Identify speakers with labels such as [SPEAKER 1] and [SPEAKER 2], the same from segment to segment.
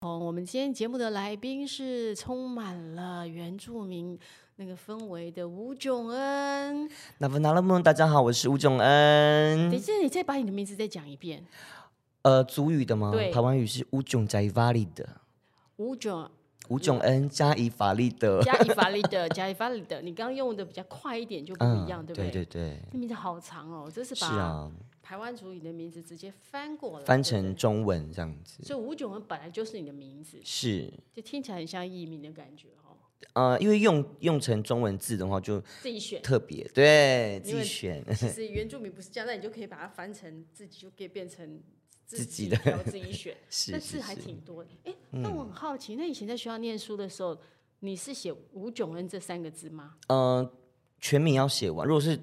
[SPEAKER 1] 哦们今天节目的来宾是充满了原住民那个氛围的吴炯恩。
[SPEAKER 2] 那不拿了梦，大家好，我是吴炯
[SPEAKER 1] 等一
[SPEAKER 2] 恩。
[SPEAKER 1] 下，你再把你的名字再讲一遍，
[SPEAKER 2] 呃，族语的吗？
[SPEAKER 1] 对
[SPEAKER 2] 台湾语是吴炯加伊法利的，
[SPEAKER 1] 吴炯
[SPEAKER 2] 吴炯恩加伊法利的。
[SPEAKER 1] 加伊法里的加伊法里的，你刚刚用的比较快一点就不一样，对不
[SPEAKER 2] 嗯对
[SPEAKER 1] 对？
[SPEAKER 2] 对对，
[SPEAKER 1] 这名字好长哦，这是
[SPEAKER 2] 是
[SPEAKER 1] 把
[SPEAKER 2] 啊，
[SPEAKER 1] 台湾族语的名字直接翻过来，
[SPEAKER 2] 翻
[SPEAKER 1] 对不
[SPEAKER 2] 成中文这样子
[SPEAKER 1] 对。所以吴炯恩本来就是你的名字，
[SPEAKER 2] 是。
[SPEAKER 1] 就听起来很像艺名的感觉哦，
[SPEAKER 2] 呃，因为用用成中文字的话就
[SPEAKER 1] 自己选。
[SPEAKER 2] 特别，对自
[SPEAKER 1] 因为
[SPEAKER 2] 己选，
[SPEAKER 1] 其实原住民不是这样，那你就可以把它翻成自己，就可以变成
[SPEAKER 2] 自己的，
[SPEAKER 1] 挑自己选
[SPEAKER 2] 是
[SPEAKER 1] 但
[SPEAKER 2] 是
[SPEAKER 1] 是还
[SPEAKER 2] 是嗯
[SPEAKER 1] 挺多的。哎，那我很好奇，那以前在学校念书的时候，你是写吴炯恩这三个字吗？
[SPEAKER 2] 呃，全名要写完。如果是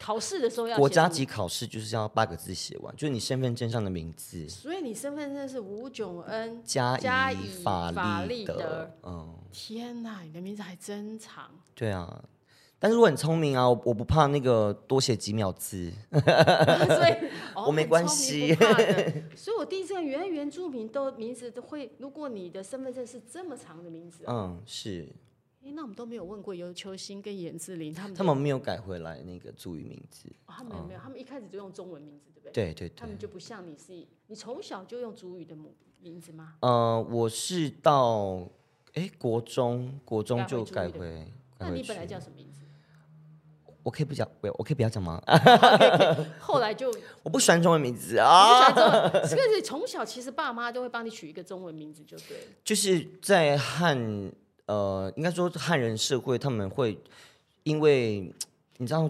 [SPEAKER 1] 考试的时候要写
[SPEAKER 2] 国家
[SPEAKER 1] 什么
[SPEAKER 2] 级，考试，就是要八个字写完，就是你身份证上的名字
[SPEAKER 1] 所以你身份证是吴炯恩。
[SPEAKER 2] 加
[SPEAKER 1] 加
[SPEAKER 2] 以
[SPEAKER 1] 以
[SPEAKER 2] 法
[SPEAKER 1] 法
[SPEAKER 2] 利
[SPEAKER 1] 利
[SPEAKER 2] 的
[SPEAKER 1] 德，
[SPEAKER 2] 嗯。
[SPEAKER 1] 天哪，你的名字还真长。
[SPEAKER 2] 对啊，但是我很聪明啊，我我不怕那个多写几秒字。
[SPEAKER 1] 所 以、哦、
[SPEAKER 2] 我没
[SPEAKER 1] 很
[SPEAKER 2] 关
[SPEAKER 1] 聪明
[SPEAKER 2] 系
[SPEAKER 1] 不怕 的所以我第一次看，原来原住民都名字都会，如果你的身份证是这么长的名字啊，
[SPEAKER 2] 嗯，是
[SPEAKER 1] 哎、那我们都没有问过尤秋兴跟严志玲他们
[SPEAKER 2] 他
[SPEAKER 1] 都
[SPEAKER 2] 们没有改回来那个族语名字。
[SPEAKER 1] 哦他们没有，他们一开始就用中文名字，对不对？
[SPEAKER 2] 对对
[SPEAKER 1] 他
[SPEAKER 2] 对，
[SPEAKER 1] 们就不像你是，你从小就用主语的母名字吗？
[SPEAKER 2] 呃，我是到哎国中，国中就
[SPEAKER 1] 改
[SPEAKER 2] 改
[SPEAKER 1] 回族
[SPEAKER 2] 回。改
[SPEAKER 1] 那
[SPEAKER 2] 回
[SPEAKER 1] 你
[SPEAKER 2] 去
[SPEAKER 1] 本来叫什么名字？
[SPEAKER 2] 我可以不讲，不要，我可以不要讲吗？啊，
[SPEAKER 1] 后来 就，
[SPEAKER 2] 我不喜欢中文名字啊，
[SPEAKER 1] 这个是从小其实爸妈都会帮你取一个中文名字就对了。
[SPEAKER 2] 就是在汉呃，应该说汉人社会，他们会因为你知道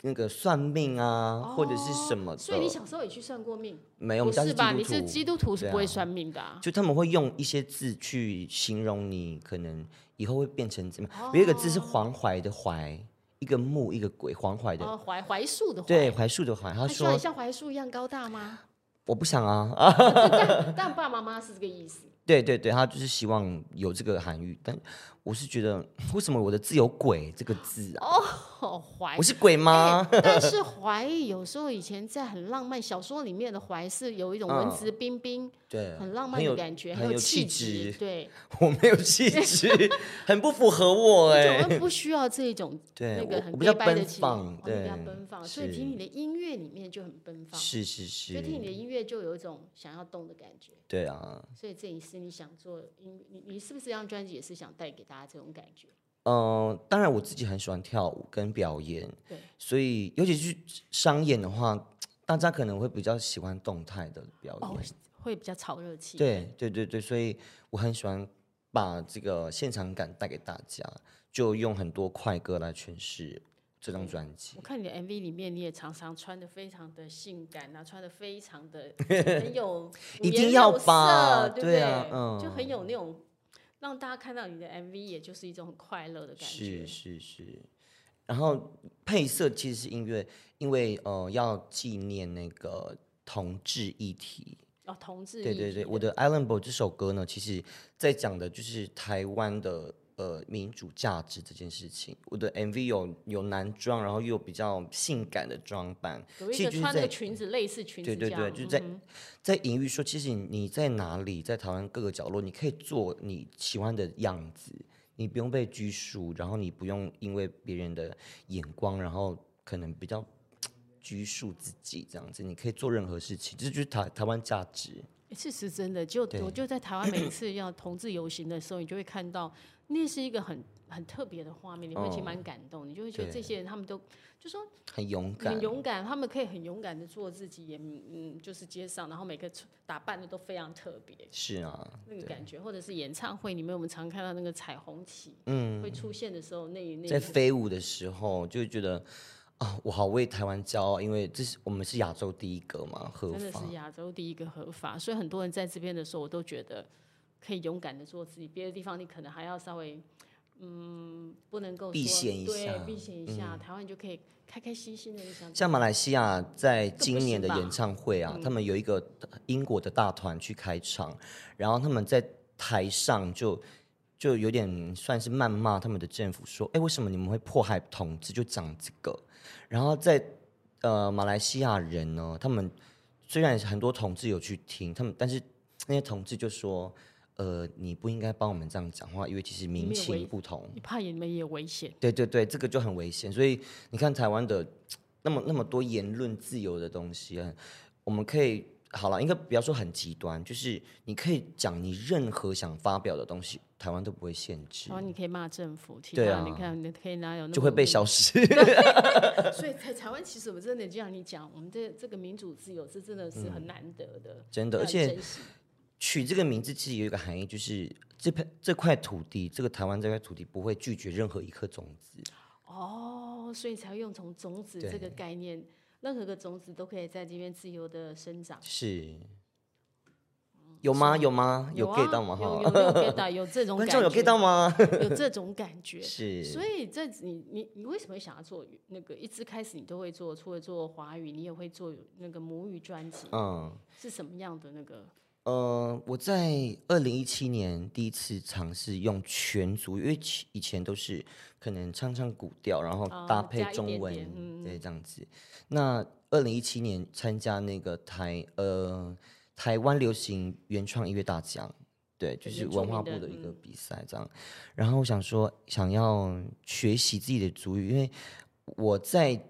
[SPEAKER 2] 那个算命啊，或者是什么的，
[SPEAKER 1] 哦所以你小时候也去算过命？
[SPEAKER 2] 没有，哎我
[SPEAKER 1] 不
[SPEAKER 2] 们家
[SPEAKER 1] 是吧？你
[SPEAKER 2] 基督
[SPEAKER 1] 是
[SPEAKER 2] 徒
[SPEAKER 1] 基督徒
[SPEAKER 2] 对
[SPEAKER 1] 是
[SPEAKER 2] 啊
[SPEAKER 1] 不会算命的啊。
[SPEAKER 2] 就他们会用一些字去形容你可能以后会变成怎么
[SPEAKER 1] 哦
[SPEAKER 2] 样。有一个字是黄淮的淮，一个木一个鬼，黄淮的，
[SPEAKER 1] 哦，槐槐树的槐，
[SPEAKER 2] 对，槐树的槐。他
[SPEAKER 1] 他希望
[SPEAKER 2] 说
[SPEAKER 1] 你像槐树一样高大吗？ 呃
[SPEAKER 2] 我不想啊啊，
[SPEAKER 1] 但但爸爸妈妈是这个意 思。
[SPEAKER 2] 对对对，他就是希望有这个韩语，但我是觉得 为什么我的字有鬼这个字啊？
[SPEAKER 1] 哦，哎槐
[SPEAKER 2] 我 是鬼吗？
[SPEAKER 1] 但是怀有时候以前在很浪漫小说里面的怀是有一种文质彬彬、
[SPEAKER 2] 嗯对，
[SPEAKER 1] 很浪
[SPEAKER 2] 很
[SPEAKER 1] 漫
[SPEAKER 2] 有
[SPEAKER 1] 的感觉，
[SPEAKER 2] 很有
[SPEAKER 1] 气
[SPEAKER 2] 气质
[SPEAKER 1] 对，
[SPEAKER 2] 我没有气 质，很不符合我
[SPEAKER 1] 我
[SPEAKER 2] 哎。
[SPEAKER 1] 们不需要这种
[SPEAKER 2] 对，
[SPEAKER 1] 那
[SPEAKER 2] 我
[SPEAKER 1] 个很
[SPEAKER 2] 我比较
[SPEAKER 1] gay 掰的
[SPEAKER 2] 奔
[SPEAKER 1] 气质，
[SPEAKER 2] 放
[SPEAKER 1] 哦，你比
[SPEAKER 2] 对
[SPEAKER 1] 较，奔放，所以听你的音乐里面就很奔放，
[SPEAKER 2] 是是
[SPEAKER 1] 所以听你
[SPEAKER 2] 是，
[SPEAKER 1] 的音乐就有一种想要动的感觉。
[SPEAKER 2] 对啊。
[SPEAKER 1] 所以这也是你想做音，你你是不是这张专辑也是想带给大家这种感觉？
[SPEAKER 2] 嗯，当然我自己很喜欢跳舞跟表演，
[SPEAKER 1] 对，
[SPEAKER 2] 所以尤其是商演的话，大家可能会比较喜欢动态的表演。
[SPEAKER 1] 哦，会比较炒热气。
[SPEAKER 2] 对对对对，所以我很喜欢把这个现场感带给大家，就用很多快歌来诠释这张专辑
[SPEAKER 1] 我。看你的 MV 里面，你也常常穿的非常的性感啊，穿的非常的 很有五
[SPEAKER 2] 一
[SPEAKER 1] 颜
[SPEAKER 2] 定要
[SPEAKER 1] 六色
[SPEAKER 2] 吧
[SPEAKER 1] 对不
[SPEAKER 2] 对啊嗯
[SPEAKER 1] 就很有那种让大家看到你的 MV，也就是一种很快乐的感觉
[SPEAKER 2] 是。是是，然后配色其实是音乐，因为呃要纪念那个同志议题，
[SPEAKER 1] 哦，同志
[SPEAKER 2] 对
[SPEAKER 1] 议
[SPEAKER 2] 对对，
[SPEAKER 1] 题
[SPEAKER 2] 我的《Island Boy》这首歌呢，其实在讲的就是台湾的呃民主价值这件事情。我的 MV 有有男装，然后又有比较性感的装扮，
[SPEAKER 1] 有一
[SPEAKER 2] 其实
[SPEAKER 1] 个
[SPEAKER 2] 就是
[SPEAKER 1] 穿那
[SPEAKER 2] 在
[SPEAKER 1] 个裙子，类似裙子
[SPEAKER 2] 对对
[SPEAKER 1] 这
[SPEAKER 2] 对，
[SPEAKER 1] 样，
[SPEAKER 2] 就是
[SPEAKER 1] 嗯
[SPEAKER 2] 在、在隐喻说，其实你你在哪里，在台湾各个角落，你可以做你喜欢的样子，你不用被拘束，然后你不用因为别人的眼光，然后可能比较。拘束自己这样子，你可以做任何事情，这就是台台湾价值。
[SPEAKER 1] 诶是是真的，就
[SPEAKER 2] 对
[SPEAKER 1] 我就在台湾每次要同志游行的时候，你就会看到那是一个很很特别的画面，你会其实
[SPEAKER 2] 嗯
[SPEAKER 1] 蛮感动，你就会觉得
[SPEAKER 2] 对
[SPEAKER 1] 这些人他们都就说
[SPEAKER 2] 很勇敢，
[SPEAKER 1] 很勇敢，他们可以很勇敢的做自己，也嗯就是街上，然后每个穿打扮的都非常特别，
[SPEAKER 2] 是啊，
[SPEAKER 1] 那个感觉，或者是演唱会里面我们常看到那个彩虹旗，
[SPEAKER 2] 嗯，
[SPEAKER 1] 会出现的时候那那
[SPEAKER 2] 在
[SPEAKER 1] 一幕
[SPEAKER 2] 飞舞的时候就会觉得啊，我好为台湾骄傲，因为这是我们是亚洲第一个嘛，合
[SPEAKER 1] 真的
[SPEAKER 2] 法
[SPEAKER 1] 是。亚洲第一个合法，所以很多人在这边的时候，我都觉得可以勇敢的做自己，别的地方你可能还要稍微。嗯，不能够
[SPEAKER 2] 避
[SPEAKER 1] 说
[SPEAKER 2] 嫌一下嗯
[SPEAKER 1] 对，避嫌一下，台湾你就可以开开心心的，你想
[SPEAKER 2] 像马来西亚在今年的
[SPEAKER 1] 更不行吧嗯
[SPEAKER 2] 演唱会啊，他们有一个英国的大团去开场，然后他们在台上就就有点算是谩骂他们的政府，说：“哎，为什么你们会迫害同志？就讲这个。”然后在呃马来西亚人呢，他们虽然很多同志有去听他们，但是那些同志就说：“呃，你不应该帮我们这样讲话，因为其实民
[SPEAKER 1] 没有违
[SPEAKER 2] 情不同。
[SPEAKER 1] 你怕你们也有危险。
[SPEAKER 2] 对对对，这个就很危险。所以你看台湾的那么那么多言论自由的东西，啊，我们可以好了，应该不要说很极端，就是你可以讲你任何想发表的东西，台湾都不会限制
[SPEAKER 1] 然，后你可以骂政府，其
[SPEAKER 2] 对
[SPEAKER 1] 他
[SPEAKER 2] 啊
[SPEAKER 1] 你看你可以哪有那么
[SPEAKER 2] 就会被
[SPEAKER 1] 多
[SPEAKER 2] 消失。
[SPEAKER 1] 所以在台湾，其实我真的就像你讲，我们这这个民主自由，这真的是很难得的，
[SPEAKER 2] 嗯真的，
[SPEAKER 1] 要
[SPEAKER 2] 而且
[SPEAKER 1] 珍惜
[SPEAKER 2] 取这个名字其实有一个含义，就是这片这块土地，这个台湾这块土地不会拒绝任何一颗种子。
[SPEAKER 1] 哦，所以才会用从种子
[SPEAKER 2] 对
[SPEAKER 1] 这个概念，任何个种子都可以在这边自由的生长。
[SPEAKER 2] 是，有吗？有吗？
[SPEAKER 1] 嗯有啊
[SPEAKER 2] get 到吗？
[SPEAKER 1] 有
[SPEAKER 2] 哈，
[SPEAKER 1] 有没有 get 到？有这种
[SPEAKER 2] 观
[SPEAKER 1] 感
[SPEAKER 2] 众
[SPEAKER 1] 觉，
[SPEAKER 2] 有 get 到吗？
[SPEAKER 1] 有这种感觉。
[SPEAKER 2] 是，
[SPEAKER 1] 所以这你你你为什么会想要做那个？一直开始你都会做，除了做华语，你也会做那个母语专辑，
[SPEAKER 2] 嗯。
[SPEAKER 1] 是什么样的那个？
[SPEAKER 2] 呃，我在二零一七年第一次尝试用全族语，因为其以前都是可能唱唱古调，然后搭
[SPEAKER 1] 哦
[SPEAKER 2] 配
[SPEAKER 1] 加一
[SPEAKER 2] 中
[SPEAKER 1] 点
[SPEAKER 2] 文，
[SPEAKER 1] 点嗯
[SPEAKER 2] 对，这样子。那二零一七年参加那个台呃台湾流行原创音乐大奖，对，就
[SPEAKER 1] 对
[SPEAKER 2] 是
[SPEAKER 1] 原
[SPEAKER 2] 文
[SPEAKER 1] 住
[SPEAKER 2] 化
[SPEAKER 1] 民
[SPEAKER 2] 部
[SPEAKER 1] 的
[SPEAKER 2] 的一个
[SPEAKER 1] 嗯
[SPEAKER 2] 比赛这样。然后我想说，想要学习自己的族语，因为我在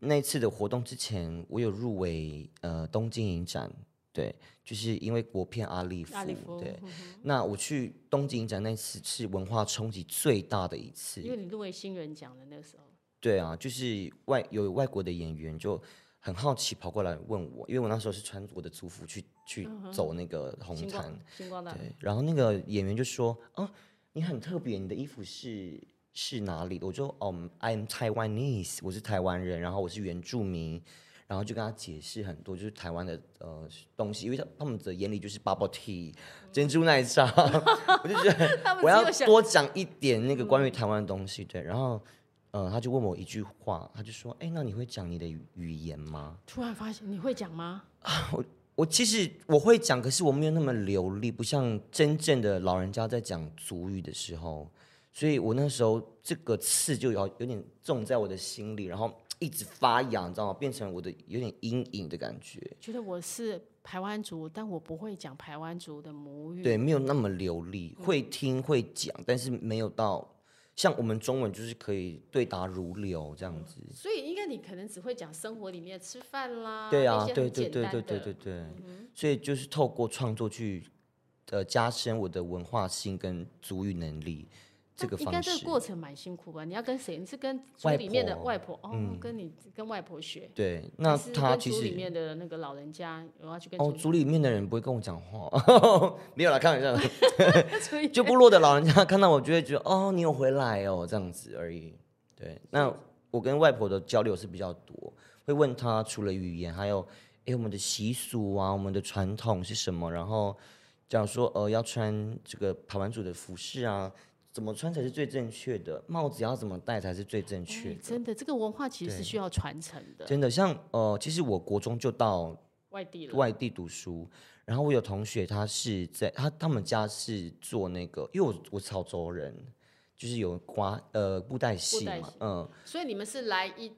[SPEAKER 2] 那次的活动之前，我有入围呃东京影展，对，就是因为国片阿利夫，
[SPEAKER 1] 阿里夫，
[SPEAKER 2] 对。
[SPEAKER 1] 嗯
[SPEAKER 2] 那我去东京影展那次是文化冲击最大的一次，
[SPEAKER 1] 因为你入围新人奖的那个时候，
[SPEAKER 2] 对啊，就是外有外国的演员就很好奇跑过来问我，因为我那时候是穿我的族服去去走那个
[SPEAKER 1] 嗯
[SPEAKER 2] 红
[SPEAKER 1] 星
[SPEAKER 2] 毯，
[SPEAKER 1] 光星光大
[SPEAKER 2] 对，然后那个演员就说：“哦，你很特别，你的衣服是是哪里的？”我就：“哦、i m Taiwanese，我是台湾人，然后我是原住民。”然后就跟他解释很多，就是台湾的呃东西，因为他他们的眼里就是 bubble tea、珍珠奶茶，
[SPEAKER 1] 他们
[SPEAKER 2] 嗯 我嗯
[SPEAKER 1] 只
[SPEAKER 2] 要
[SPEAKER 1] 有想
[SPEAKER 2] 多讲一点那个关于台湾的东西。对，然后呃，他就问我一句话，他就说：“哎，那你会讲你的语语言吗？”
[SPEAKER 1] 突然发现你会讲吗？
[SPEAKER 2] 我其实我会讲，可是我没有那么流利，不像真正的老人家在讲族语的时候，所以我那时候这个刺就有有点种在我的心里，然后一直发痒，你知道吗？变成我的有点阴影的感觉。
[SPEAKER 1] 觉得我是台湾族，但我不会讲台湾族的母语。
[SPEAKER 2] 对，没有那么流利，会听会讲，但是没有到像我们中文就是可以对答如流这样子。
[SPEAKER 1] 所以应该你可能只会讲生活里面吃饭啦，
[SPEAKER 2] 对
[SPEAKER 1] 那
[SPEAKER 2] 啊，
[SPEAKER 1] 些
[SPEAKER 2] 对
[SPEAKER 1] 很
[SPEAKER 2] 对
[SPEAKER 1] 简
[SPEAKER 2] 对
[SPEAKER 1] 单
[SPEAKER 2] 对
[SPEAKER 1] 的。嗯
[SPEAKER 2] 对对对，所以就是透过创作去呃加深我的文化性跟族语能力这
[SPEAKER 1] 那
[SPEAKER 2] 个
[SPEAKER 1] 应该
[SPEAKER 2] 方
[SPEAKER 1] 这个
[SPEAKER 2] 式。
[SPEAKER 1] 过程蛮辛苦吧？你要跟谁？你是跟族
[SPEAKER 2] 外
[SPEAKER 1] 里面的
[SPEAKER 2] 婆
[SPEAKER 1] 外婆哦，跟你跟外婆学。
[SPEAKER 2] 对，
[SPEAKER 1] 还
[SPEAKER 2] 那
[SPEAKER 1] 是
[SPEAKER 2] 他
[SPEAKER 1] 跟
[SPEAKER 2] 其
[SPEAKER 1] 族里
[SPEAKER 2] 实
[SPEAKER 1] 面的那个老人家，我要去跟
[SPEAKER 2] 哦，
[SPEAKER 1] 族
[SPEAKER 2] 族里面的人不会跟我讲话， 没有啦，开玩笑的。
[SPEAKER 1] 所以
[SPEAKER 2] 就部落的老人家看到我就会觉得哦，你有回来哦，这样子而已。对，那我跟外婆的交流是比较多，会问她除了语言，还有诶我们的习俗啊，我们的传统是什么，然后讲说呃要穿这个排湾族的服饰啊，怎么穿才是最正确的，帽子要怎么戴才是最正确
[SPEAKER 1] 哎
[SPEAKER 2] 的。
[SPEAKER 1] 真的这个文化其实是需要传承的。
[SPEAKER 2] 真的，像呃，其实我国中就到
[SPEAKER 1] 外地了，
[SPEAKER 2] 外地读书，然后我有同学他是在他他们家是做那个，因为我我潮州人，就是有瓜呃布袋戏
[SPEAKER 1] 袋
[SPEAKER 2] 嘛
[SPEAKER 1] 戏，
[SPEAKER 2] 嗯，
[SPEAKER 1] 所以你们是来一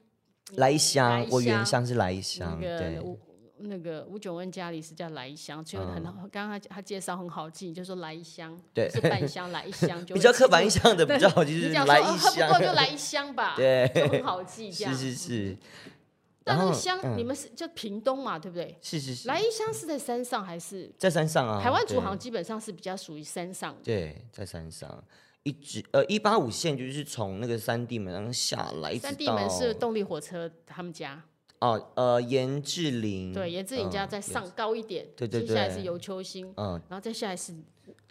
[SPEAKER 2] 来乡
[SPEAKER 1] 来，
[SPEAKER 2] 我原
[SPEAKER 1] 乡
[SPEAKER 2] 乡是来乡，
[SPEAKER 1] 那
[SPEAKER 2] 对
[SPEAKER 1] 个，吴那个吴九恩家里是叫来香，就很好。刚刚他他介绍很好记，就说来一箱，
[SPEAKER 2] 嗯对
[SPEAKER 1] 是半箱来一 箱，就
[SPEAKER 2] 比
[SPEAKER 1] 会
[SPEAKER 2] 较
[SPEAKER 1] 记
[SPEAKER 2] 刻板
[SPEAKER 1] 住
[SPEAKER 2] 印象的比
[SPEAKER 1] 对
[SPEAKER 2] 较好，就
[SPEAKER 1] 你
[SPEAKER 2] 是
[SPEAKER 1] 讲说
[SPEAKER 2] 来
[SPEAKER 1] 哦
[SPEAKER 2] 一
[SPEAKER 1] 喝 不够
[SPEAKER 2] 乡，
[SPEAKER 1] 就来一箱吧，
[SPEAKER 2] 对，
[SPEAKER 1] 就很好 记这
[SPEAKER 2] 是
[SPEAKER 1] 样。
[SPEAKER 2] 是是
[SPEAKER 1] 但那
[SPEAKER 2] 然
[SPEAKER 1] 个
[SPEAKER 2] 后
[SPEAKER 1] 箱
[SPEAKER 2] 嗯
[SPEAKER 1] 你们是就屏东嘛，对不对？
[SPEAKER 2] 是是是，
[SPEAKER 1] 来一箱是在山上还是？
[SPEAKER 2] 在山上啊，
[SPEAKER 1] 台湾
[SPEAKER 2] 对
[SPEAKER 1] 族好像基本上是比较属于山上的，
[SPEAKER 2] 对，在山上。一直呃，一八五线就是从那个三地门上下来，啊一直
[SPEAKER 1] 三地
[SPEAKER 2] 到
[SPEAKER 1] 门是动力火车他们家，
[SPEAKER 2] 哦呃严志玲，
[SPEAKER 1] 对，严志颖家
[SPEAKER 2] 嗯
[SPEAKER 1] 再上高一点，
[SPEAKER 2] 对对
[SPEAKER 1] 接下来
[SPEAKER 2] 对
[SPEAKER 1] 是游秋兴，
[SPEAKER 2] 嗯，
[SPEAKER 1] 然后再下来是吴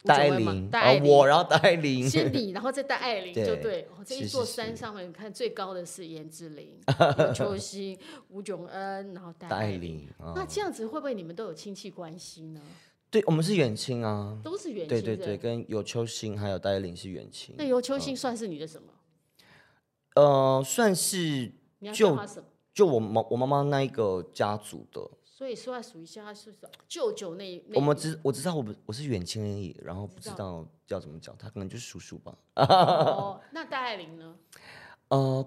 [SPEAKER 2] 戴爱
[SPEAKER 1] 九恩嘛
[SPEAKER 2] 玲，
[SPEAKER 1] 戴爱
[SPEAKER 2] 哦，
[SPEAKER 1] 玲，
[SPEAKER 2] 我然后戴爱 玲，
[SPEAKER 1] 先你，然后再带艾琳，
[SPEAKER 2] 对
[SPEAKER 1] 就对。哦、这
[SPEAKER 2] 是
[SPEAKER 1] 一
[SPEAKER 2] 是
[SPEAKER 1] 座
[SPEAKER 2] 是
[SPEAKER 1] 山上面，你看最高的是颜志玲、刘秋 兴、吴炯恩，然后带
[SPEAKER 2] 戴爱
[SPEAKER 1] 艾琳。
[SPEAKER 2] 玲啊，
[SPEAKER 1] 那这样子会不会你们都有亲戚关系呢？
[SPEAKER 2] 对，我们是远亲啊，
[SPEAKER 1] 都是远
[SPEAKER 2] 对
[SPEAKER 1] 亲
[SPEAKER 2] 对
[SPEAKER 1] 人。
[SPEAKER 2] 对，嗯跟有秋兴还有戴爱玲是远亲
[SPEAKER 1] 那，尤秋兴算是你的什么？
[SPEAKER 2] 呃，算是
[SPEAKER 1] 你要
[SPEAKER 2] 就
[SPEAKER 1] 叫他什么？
[SPEAKER 2] 就我妈我妈妈那一个家族的，
[SPEAKER 1] 所以说要属于像他是舅舅那一那一
[SPEAKER 2] 我们只我知道我们我是远亲而已，然后不知
[SPEAKER 1] 知
[SPEAKER 2] 道要怎么讲，他可能就是叔叔吧，
[SPEAKER 1] 哦。那戴爱玲呢？
[SPEAKER 2] 呃，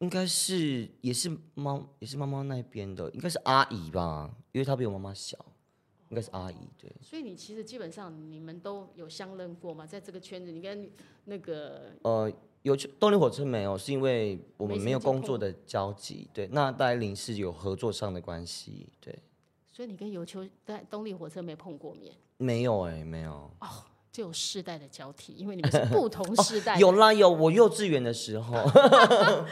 [SPEAKER 2] 应该是也是妈也是妈妈那边的，应该是阿姨吧，因为她比我妈妈小，应该是阿姨对。
[SPEAKER 1] 所以你其实基本上你们都有相认过嘛，在这个圈子，你跟那个
[SPEAKER 2] 呃，有去动力火车没有？是因为我
[SPEAKER 1] 没
[SPEAKER 2] 们
[SPEAKER 1] 什么
[SPEAKER 2] 没有
[SPEAKER 1] 接
[SPEAKER 2] 工
[SPEAKER 1] 碰
[SPEAKER 2] 作的交集。对，那戴琳是有合作上的关系。对，
[SPEAKER 1] 所以你跟尤秋在东立火车没碰过面，
[SPEAKER 2] 没有哎、没
[SPEAKER 1] 哦
[SPEAKER 2] 有。
[SPEAKER 1] 就有世代的交替，因为你们是不同世代的。
[SPEAKER 2] 有啦有，我幼稚园的时 候，
[SPEAKER 1] 哦，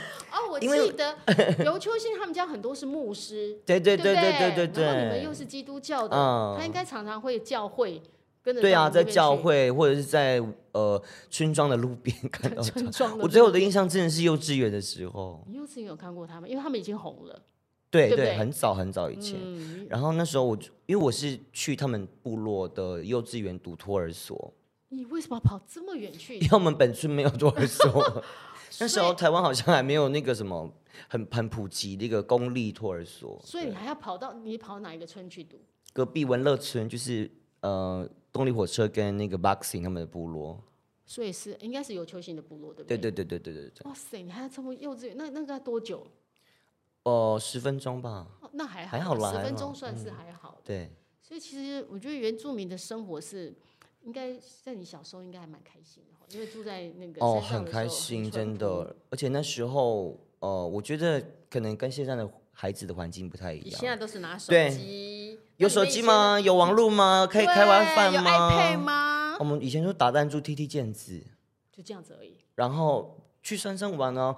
[SPEAKER 1] 我记
[SPEAKER 2] 因为
[SPEAKER 1] 得尤秋兴他们家很多是牧师，
[SPEAKER 2] 对对
[SPEAKER 1] 不
[SPEAKER 2] 对对对
[SPEAKER 1] 然后你们又
[SPEAKER 2] 对，
[SPEAKER 1] 是基督教的，
[SPEAKER 2] 嗯
[SPEAKER 1] 他应该常常会教会跟着
[SPEAKER 2] 对啊，
[SPEAKER 1] 到你那
[SPEAKER 2] 在
[SPEAKER 1] 边
[SPEAKER 2] 教
[SPEAKER 1] 去
[SPEAKER 2] 会或者是在呃村庄的路边 看 到。
[SPEAKER 1] 村庄的。
[SPEAKER 2] 我最后的印象真的是幼稚园的时候，
[SPEAKER 1] 你幼稚园有看过他们，因为他们已经红了。
[SPEAKER 2] 对
[SPEAKER 1] 对不对
[SPEAKER 2] 很早很早以前。
[SPEAKER 1] 嗯，
[SPEAKER 2] 然后那时候我就，因为我是去他们部落的幼稚园读托儿所，
[SPEAKER 1] 你为什么跑这么远去
[SPEAKER 2] 因？为我们本村没有托儿所， 那时
[SPEAKER 1] 所
[SPEAKER 2] 候
[SPEAKER 1] 以
[SPEAKER 2] 台湾好像还没有那个什么很很普及的一个公立托儿所，
[SPEAKER 1] 所以你还要跑到你跑哪一个村去读？
[SPEAKER 2] 隔壁文乐村就是呃动力火车跟那个 Boxing 他们的部落，
[SPEAKER 1] 所以是应该是有球星的部落，对不
[SPEAKER 2] 对
[SPEAKER 1] 对
[SPEAKER 2] 对对对对对对，
[SPEAKER 1] 哇塞，你还要这么幼稚园？那那个要多久？
[SPEAKER 2] 哦，十分钟吧，
[SPEAKER 1] 哦那还
[SPEAKER 2] 还好啦嗯
[SPEAKER 1] 十
[SPEAKER 2] 还
[SPEAKER 1] 分
[SPEAKER 2] 好
[SPEAKER 1] 钟算是还好。
[SPEAKER 2] 对，
[SPEAKER 1] 所以其实我觉得原住民的生活是，应该在你小时候应该还蛮开心的哈，因为住在那个
[SPEAKER 2] 哦，
[SPEAKER 1] 山上
[SPEAKER 2] 很
[SPEAKER 1] 的
[SPEAKER 2] 开
[SPEAKER 1] 时候
[SPEAKER 2] 心，
[SPEAKER 1] 淳
[SPEAKER 2] 真
[SPEAKER 1] 朴
[SPEAKER 2] 的，而且那时候呃，我觉得可能跟现在的孩子的环境不太一
[SPEAKER 1] 你
[SPEAKER 2] 样
[SPEAKER 1] 现，在都是拿手
[SPEAKER 2] 对
[SPEAKER 1] 机，
[SPEAKER 2] 有手机？吗？有网络吗？可以开
[SPEAKER 1] 玩
[SPEAKER 2] WiFi
[SPEAKER 1] 有 iPad
[SPEAKER 2] 吗？哦
[SPEAKER 1] 吗？
[SPEAKER 2] 我们以前就打弹珠、踢踢毽子。
[SPEAKER 1] 就这样子而已。
[SPEAKER 2] 然后去山上玩啊，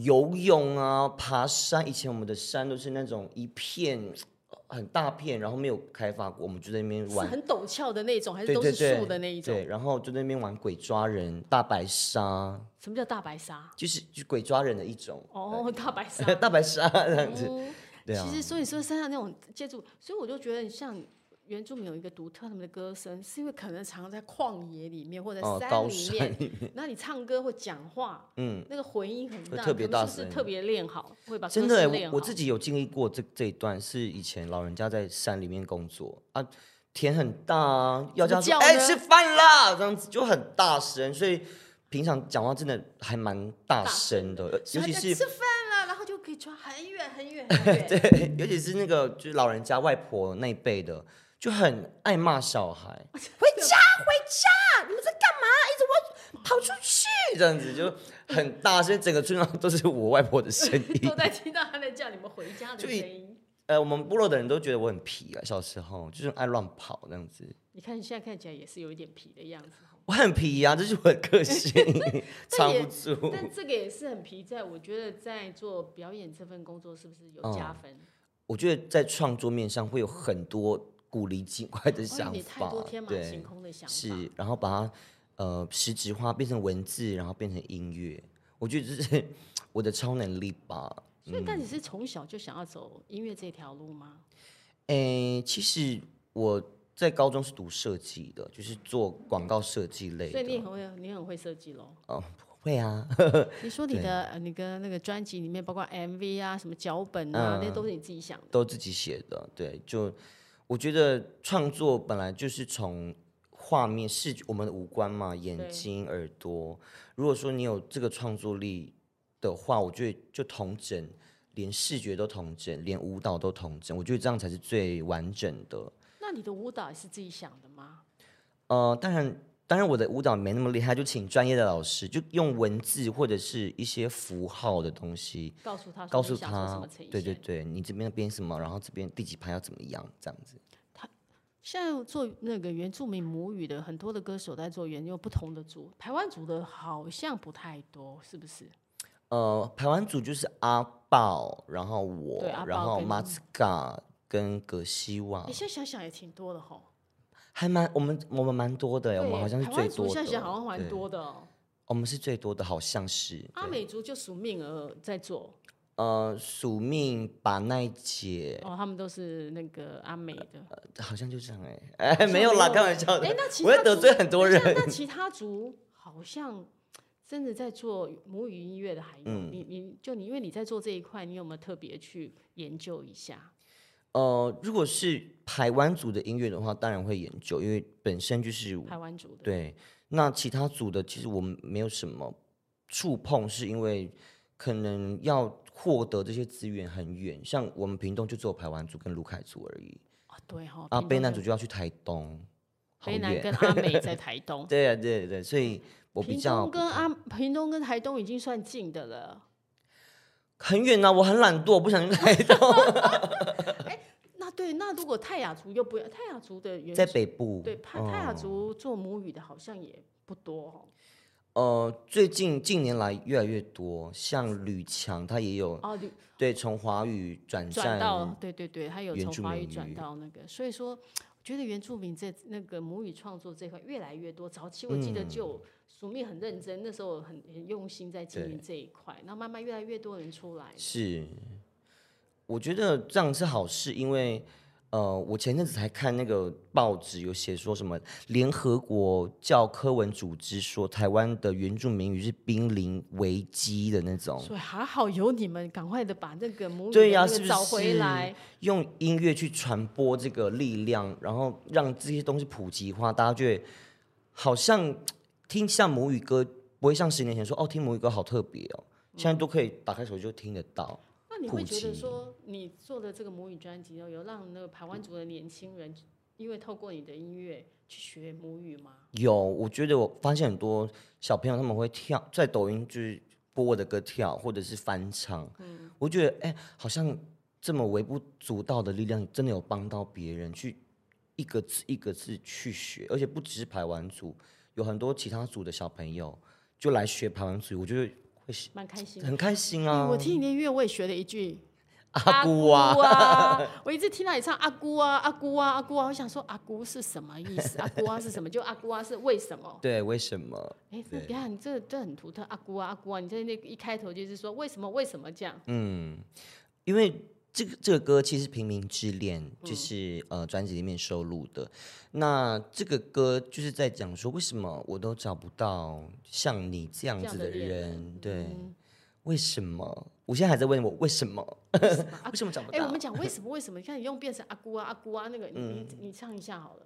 [SPEAKER 2] 游泳啊，爬山。以前我们的山都是那种一片呃很大片，然后没有开发过，我们就在那边
[SPEAKER 1] 是
[SPEAKER 2] 玩。
[SPEAKER 1] 很陡峭的那种，还是
[SPEAKER 2] 对
[SPEAKER 1] 都
[SPEAKER 2] 对
[SPEAKER 1] 是
[SPEAKER 2] 对，
[SPEAKER 1] 树的那一种？
[SPEAKER 2] 对，然后就在那边玩鬼抓人、大白鲨，
[SPEAKER 1] 什么叫大白鲨？
[SPEAKER 2] 就是就鬼抓人的一种，
[SPEAKER 1] 哦，大白 鲨
[SPEAKER 2] 大白鲨这样子。
[SPEAKER 1] 哦。
[SPEAKER 2] 对啊
[SPEAKER 1] 其，实所以说山上那种建筑，所以我就觉得像原住民有一个独特他们的歌声，是因为可能常常在旷野里面或者嗯
[SPEAKER 2] 哦，
[SPEAKER 1] 山
[SPEAKER 2] 高
[SPEAKER 1] 里
[SPEAKER 2] 山
[SPEAKER 1] 面，， 那你唱歌或讲话，
[SPEAKER 2] 嗯，
[SPEAKER 1] 那个回音很
[SPEAKER 2] 会
[SPEAKER 1] 大，
[SPEAKER 2] 特别
[SPEAKER 1] 可能
[SPEAKER 2] 大
[SPEAKER 1] 是不
[SPEAKER 2] 声
[SPEAKER 1] 是特别练好，会把歌
[SPEAKER 2] 真的欸，
[SPEAKER 1] 声练
[SPEAKER 2] 我
[SPEAKER 1] 好？
[SPEAKER 2] 我自己有经历过这这一段，是以前老人家在山里面工作啊，田很大啊，要
[SPEAKER 1] 怎
[SPEAKER 2] 叫
[SPEAKER 1] 么
[SPEAKER 2] 他说
[SPEAKER 1] 叫呢
[SPEAKER 2] 哎、吃饭啦，这样子就很大声，所以平常讲话真的还蛮大声的，呃
[SPEAKER 1] 所
[SPEAKER 2] 尤
[SPEAKER 1] 以
[SPEAKER 2] 其
[SPEAKER 1] 他在
[SPEAKER 2] 是
[SPEAKER 1] 吃饭了，然后就可以传很远很远很 远。
[SPEAKER 2] 对，尤其是那个就是老人家外婆那一辈的，就很爱骂小孩，回家回家，你们在干嘛？一直我跑出去这样子就很大声，整个村庄都是我外婆的声音。
[SPEAKER 1] 都在听到他在叫你们回 家的
[SPEAKER 2] 就
[SPEAKER 1] 声
[SPEAKER 2] 一
[SPEAKER 1] 音。
[SPEAKER 2] 呃，我们部落的人都觉得我很皮啊，小时候就是爱乱跑这样子。
[SPEAKER 1] 你看你现在看起来也是有一点皮的样子哦。
[SPEAKER 2] 我很皮啊，这是我的 个性，藏不住。
[SPEAKER 1] 但这个也是很皮，在我觉得在做表演这份工作是不是有加分？
[SPEAKER 2] 我觉得在创作面上会有很多古灵精怪
[SPEAKER 1] 哦因
[SPEAKER 2] 的
[SPEAKER 1] 为
[SPEAKER 2] 想
[SPEAKER 1] 你太
[SPEAKER 2] 法
[SPEAKER 1] 多天，马行
[SPEAKER 2] 对，
[SPEAKER 1] 空的想法，
[SPEAKER 2] 是，然后把它呃实质化，变成文字，然后变成音乐。我觉得这是我的超能力吧。
[SPEAKER 1] 所以但
[SPEAKER 2] 嗯
[SPEAKER 1] 你是从小就想要走音乐这条路吗？
[SPEAKER 2] 诶，其实我在高中是读设计的，就是做广告设计类
[SPEAKER 1] 所以你也
[SPEAKER 2] 的。
[SPEAKER 1] 很会，你很会设计喽。
[SPEAKER 2] 哦，会啊，
[SPEAKER 1] 你说你的呃你跟那个专辑里面，包括 MV 啊、什么脚本啊，
[SPEAKER 2] 嗯
[SPEAKER 1] 那都是你自己想的。
[SPEAKER 2] 都自己写的。对，就我觉得创作本来就是从画面视觉，我们的五官嘛，眼
[SPEAKER 1] 对
[SPEAKER 2] 睛、耳朵。如果说你有这个创作力的话，我觉得就同整，连视觉都同整，连舞蹈都同整。我觉得这样才是最完整的。
[SPEAKER 1] 那你的舞蹈也是自己想的吗？
[SPEAKER 2] 呃，当然。当然，我的舞蹈没那么厉害，就请专业的老师，就用文字或者是一些符号的东西
[SPEAKER 1] 告诉他，
[SPEAKER 2] 告诉
[SPEAKER 1] 想做什
[SPEAKER 2] 他
[SPEAKER 1] 么呈，现。
[SPEAKER 2] 对对对，你这边编什么，然后这边第几拍要怎么样，这样子。
[SPEAKER 1] 现在做那个原住民母语的很多的歌手在做原用不同的族，台湾族的好像不太多，是不是？
[SPEAKER 2] 呃，排湾组就是阿豹，然后我
[SPEAKER 1] 对阿，
[SPEAKER 2] 然
[SPEAKER 1] 豹
[SPEAKER 2] 后
[SPEAKER 1] 跟
[SPEAKER 2] 马兹嘎跟葛西瓦
[SPEAKER 1] 你，现在想想也挺多的吼。
[SPEAKER 2] 还蛮我们我们蛮多的耶，我
[SPEAKER 1] 对，
[SPEAKER 2] 们好像是
[SPEAKER 1] 台
[SPEAKER 2] 最
[SPEAKER 1] 湾族
[SPEAKER 2] 多
[SPEAKER 1] 现在想好
[SPEAKER 2] 的，
[SPEAKER 1] 像蛮
[SPEAKER 2] 对
[SPEAKER 1] 多的哦。
[SPEAKER 2] 我们是最多的，好像是。
[SPEAKER 1] 阿
[SPEAKER 2] 对
[SPEAKER 1] 美族就属命而在做
[SPEAKER 2] 呃，署命把奈姐，
[SPEAKER 1] 哦，他们都是那个阿美的。
[SPEAKER 2] 好像就这样哎，哎，
[SPEAKER 1] 像
[SPEAKER 2] 没有啦，
[SPEAKER 1] 没有
[SPEAKER 2] 开玩笑
[SPEAKER 1] 哎、
[SPEAKER 2] 的，
[SPEAKER 1] 那其
[SPEAKER 2] 呃我
[SPEAKER 1] 他
[SPEAKER 2] 要
[SPEAKER 1] 族
[SPEAKER 2] 得罪很多
[SPEAKER 1] 等一
[SPEAKER 2] 人。
[SPEAKER 1] 下那其他族好像真的在做母语音乐的还有、
[SPEAKER 2] 嗯
[SPEAKER 1] 你你就你因为你在做这一块，你有没有特别去研究一下？
[SPEAKER 2] 呃，如果是台湾组的音乐的话，当然会研究，因为本身就是
[SPEAKER 1] 台湾族的
[SPEAKER 2] 对，那其他组的其实我们没有什么触碰，是因为可能要获得这些资源很远，像我们屏东就只有排湾组跟卢凯组而已，
[SPEAKER 1] 哦，对哈、
[SPEAKER 2] 啊，
[SPEAKER 1] 屏
[SPEAKER 2] 卑
[SPEAKER 1] 东
[SPEAKER 2] 南
[SPEAKER 1] 跟
[SPEAKER 2] 族就要去台东，好
[SPEAKER 1] 卑南
[SPEAKER 2] 远。
[SPEAKER 1] 跟阿美在台东，
[SPEAKER 2] 对啊，对对，所以 我比
[SPEAKER 1] 屏
[SPEAKER 2] 较
[SPEAKER 1] 东跟阿屏东跟台东已经算近的了。
[SPEAKER 2] 很远啊呐、我很懒惰，我不
[SPEAKER 1] 哦
[SPEAKER 2] 想去台东，
[SPEAKER 1] 那对，那如果泰雅族又不泰雅族的原
[SPEAKER 2] 在
[SPEAKER 1] 住
[SPEAKER 2] 北部。
[SPEAKER 1] 对泰泰雅
[SPEAKER 2] 嗯
[SPEAKER 1] 族做母语的好像也不多哦。
[SPEAKER 2] 呃，最近近年来越来越多，像吕强他也有
[SPEAKER 1] 哦，你
[SPEAKER 2] 对从华语转
[SPEAKER 1] 转
[SPEAKER 2] 战，
[SPEAKER 1] 到对对对，他有
[SPEAKER 2] 原
[SPEAKER 1] 从
[SPEAKER 2] 住
[SPEAKER 1] 华语
[SPEAKER 2] 民
[SPEAKER 1] 转
[SPEAKER 2] 语
[SPEAKER 1] 到那个，所以说我觉得原住民在那个母语创作这块越来越多。早期我记得
[SPEAKER 2] 嗯
[SPEAKER 1] 就署密很认真，那时候很很用心在经营这一块，那慢慢越来越多人出来。
[SPEAKER 2] 是，我觉得这样是好事，因为呃，我前阵子才看那个报纸有写说什么联合国教科文组织说台湾的原住民语是濒临危机的那种，
[SPEAKER 1] 所以还好有你们，赶快的把那个母语的
[SPEAKER 2] 对呀
[SPEAKER 1] 那
[SPEAKER 2] 是
[SPEAKER 1] 个
[SPEAKER 2] 不
[SPEAKER 1] 找回
[SPEAKER 2] 是
[SPEAKER 1] 来。
[SPEAKER 2] 用音乐去传播这个力量，然后让这些东西普及化，大家就会好像听像母语歌，不会像十年前说哦，听母语歌好特别哦，现在都可以打开手机就听得到。
[SPEAKER 1] 那你会
[SPEAKER 2] 普
[SPEAKER 1] 觉得
[SPEAKER 2] 及
[SPEAKER 1] 说，你做的这个母语专辑哦呢，有让那个台湾族的年轻人，因为透过你的音乐去学母语吗？
[SPEAKER 2] 有，我觉得我发现很多小朋友他们会跳，在抖音就是播我的歌跳，或者是翻唱。
[SPEAKER 1] 嗯
[SPEAKER 2] 我觉得哎、好像这么微不足道的力量，真的有帮到别人去一个字一个字去学，而且不只是排湾族，有很多其他族的小朋友就来学排湾族，我觉得会是
[SPEAKER 1] 蛮开心的。
[SPEAKER 2] 很开心
[SPEAKER 1] 哎
[SPEAKER 2] 啊。
[SPEAKER 1] 我听你的音乐，我也学了一句
[SPEAKER 2] 阿姑啊，
[SPEAKER 1] 姑啊 我一直听到你唱阿姑啊，阿姑啊，阿姑啊，我想说阿姑是什么意 思？阿姑啊是什么？就阿姑啊是为什么？
[SPEAKER 2] 对，为什么？
[SPEAKER 1] 哎，这你看，你这这很独特，阿姑啊，阿姑啊，你在那个一开头就是说为什么为什么这样？
[SPEAKER 2] 嗯，因为这个这个歌其实是《平民之恋》，
[SPEAKER 1] 嗯
[SPEAKER 2] 就是、呃专辑里面收录的。那这个歌就是在讲说，为什么我都找不到像你这样
[SPEAKER 1] 这样
[SPEAKER 2] 子
[SPEAKER 1] 的
[SPEAKER 2] 的
[SPEAKER 1] 恋
[SPEAKER 2] 人？
[SPEAKER 1] 人
[SPEAKER 2] 对，
[SPEAKER 1] 嗯
[SPEAKER 2] 为什么？我现在还在问我为什么？ 为什么找不
[SPEAKER 1] 哎，我
[SPEAKER 2] 到？
[SPEAKER 1] 们讲为什么为什么？你看你用变成阿姑啊，阿姑啊那个，你
[SPEAKER 2] 嗯
[SPEAKER 1] 你你唱一下好了。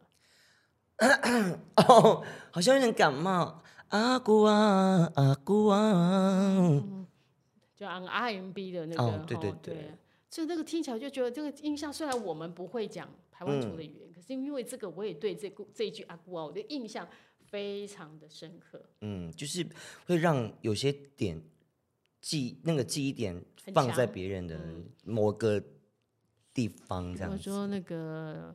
[SPEAKER 2] 哦，好像有点感冒。阿姑啊，阿姑啊，
[SPEAKER 1] 嗯就按 RMB 的那个，
[SPEAKER 2] 哦对
[SPEAKER 1] 吼
[SPEAKER 2] 对对
[SPEAKER 1] 对啊，所以那个听起来就觉得这个印象，虽然我们不会讲台湾族的语言，可是因为这个，我也对这个这一句阿姑啊，我的印象非常的深刻，
[SPEAKER 2] 嗯，就是会让有些点记那个记忆点
[SPEAKER 1] 很
[SPEAKER 2] 放在
[SPEAKER 1] 强嗯
[SPEAKER 2] 别人的某个地方，这样
[SPEAKER 1] 我
[SPEAKER 2] 子。
[SPEAKER 1] 说那个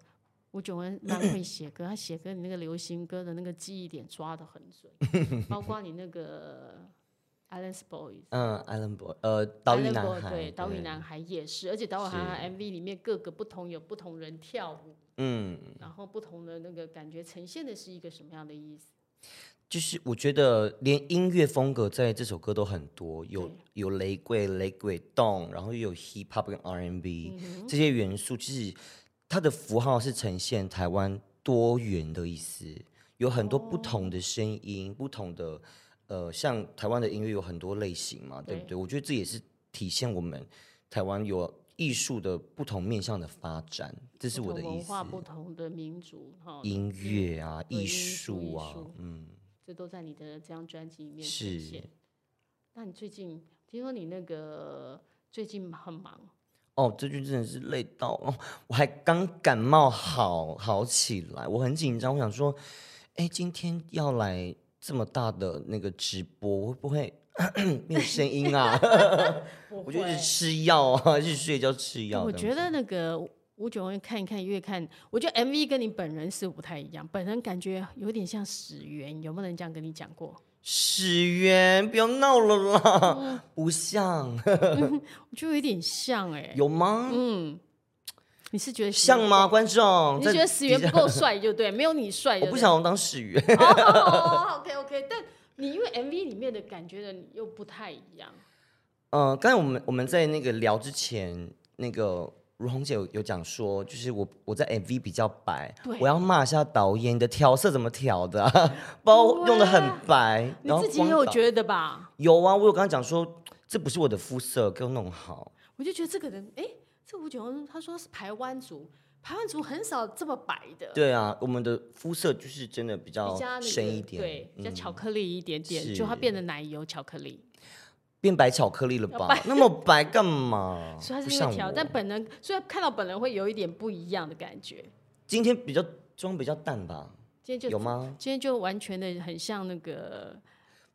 [SPEAKER 1] 吴炯恩蛮会写歌，他写歌你那个流行歌的那个记忆点抓的很准， 包括你那个 Alice Boys。
[SPEAKER 2] 嗯，Island Boy，呃，岛屿
[SPEAKER 1] Island
[SPEAKER 2] 男
[SPEAKER 1] Boy，
[SPEAKER 2] 孩，
[SPEAKER 1] 对，岛屿男孩也是，而且岛屿男孩 MV 里面各个不同有不同人跳舞，
[SPEAKER 2] 嗯，
[SPEAKER 1] 然后不同的那个感觉呈现的是一个什么样的意思？
[SPEAKER 2] 就是我觉得连音乐风格在这首歌都很多，有
[SPEAKER 1] 对
[SPEAKER 2] 有雷鬼、雷鬼动，然后又有 Hip Hop 跟 R&B、这
[SPEAKER 1] 嗯
[SPEAKER 2] 些元素，其实它的符号是呈现台湾多元的意思，有很多
[SPEAKER 1] 哦
[SPEAKER 2] 不同的声音，不同的呃，像台湾的音乐有很多类型嘛，对不
[SPEAKER 1] 对
[SPEAKER 2] 对？我觉得这也是体现我们台湾有艺术的不同面向的发展，这是
[SPEAKER 1] 不
[SPEAKER 2] 我
[SPEAKER 1] 同哦
[SPEAKER 2] 的意
[SPEAKER 1] 文
[SPEAKER 2] 思。
[SPEAKER 1] 化不同的民族哈，
[SPEAKER 2] 音乐啊、
[SPEAKER 1] 对
[SPEAKER 2] 艺
[SPEAKER 1] 音术
[SPEAKER 2] 术
[SPEAKER 1] 艺
[SPEAKER 2] 啊，
[SPEAKER 1] 术
[SPEAKER 2] 嗯，
[SPEAKER 1] 这都在你的这张专辑里面呈
[SPEAKER 2] 是
[SPEAKER 1] 现。那你最近听说你那个最近很忙，
[SPEAKER 2] 哦，这句真的是累到哦，我还刚感冒好好起来，我很紧张，我想说，哎，今天要来这么大的那个直播，我会不会 没有声 音啊？我就一直吃药啊，一直睡觉吃药
[SPEAKER 1] 我
[SPEAKER 2] 这
[SPEAKER 1] 觉
[SPEAKER 2] 样子
[SPEAKER 1] 得那个吴九恩看一看越看，我觉得 MV 跟你本人是不太一样，本人感觉有点像史源，有没有人这样跟你讲过？
[SPEAKER 2] 始源，不要闹了啦，
[SPEAKER 1] 嗯
[SPEAKER 2] 不像
[SPEAKER 1] 我觉得有点像哎、嗯
[SPEAKER 2] 有吗？
[SPEAKER 1] 你是觉得史
[SPEAKER 2] 像
[SPEAKER 1] 源？
[SPEAKER 2] 吗？观众，
[SPEAKER 1] 你
[SPEAKER 2] 在
[SPEAKER 1] 觉得史
[SPEAKER 2] 底
[SPEAKER 1] 源
[SPEAKER 2] 下
[SPEAKER 1] 不够帅就对，没有你帅就
[SPEAKER 2] 我
[SPEAKER 1] 对。
[SPEAKER 2] 不想要当始源。
[SPEAKER 1] 哦，OK OK，但你因为 MV 里面的感觉的你又不太一样。
[SPEAKER 2] 呃，刚才我们我们在那个聊之前，那个如红姐有有讲说，就是我我在 MV 比较白
[SPEAKER 1] 对，
[SPEAKER 2] 我要骂一下导演，你的调色怎么调的、啊？包用的很白，
[SPEAKER 1] 啊你
[SPEAKER 2] 然后
[SPEAKER 1] 自己也
[SPEAKER 2] 光
[SPEAKER 1] 有
[SPEAKER 2] 导
[SPEAKER 1] 觉得吧？
[SPEAKER 2] 有啊，我有跟他讲说，这不是我的肤色，给我弄好。
[SPEAKER 1] 我就觉得这个人，哎、这吴九恩他说是台湾族，台湾族很少这么白的，
[SPEAKER 2] 对啊，我们的肤色就是真的比较
[SPEAKER 1] 呃比较那个
[SPEAKER 2] 深一点，嗯
[SPEAKER 1] 对，比较巧克力一点点，
[SPEAKER 2] 是
[SPEAKER 1] 就它变得奶油巧克力。
[SPEAKER 2] 变白巧克力了吧？那么白干 嘛？
[SPEAKER 1] 所以它
[SPEAKER 2] 哦不
[SPEAKER 1] 是那
[SPEAKER 2] 像
[SPEAKER 1] 个调，
[SPEAKER 2] 我
[SPEAKER 1] 但本人虽然看到本人会有一点不一样的感觉。
[SPEAKER 2] 今天比较妆比较淡吧？
[SPEAKER 1] 今天就
[SPEAKER 2] 有吗？
[SPEAKER 1] 今天就完全的很像那 个，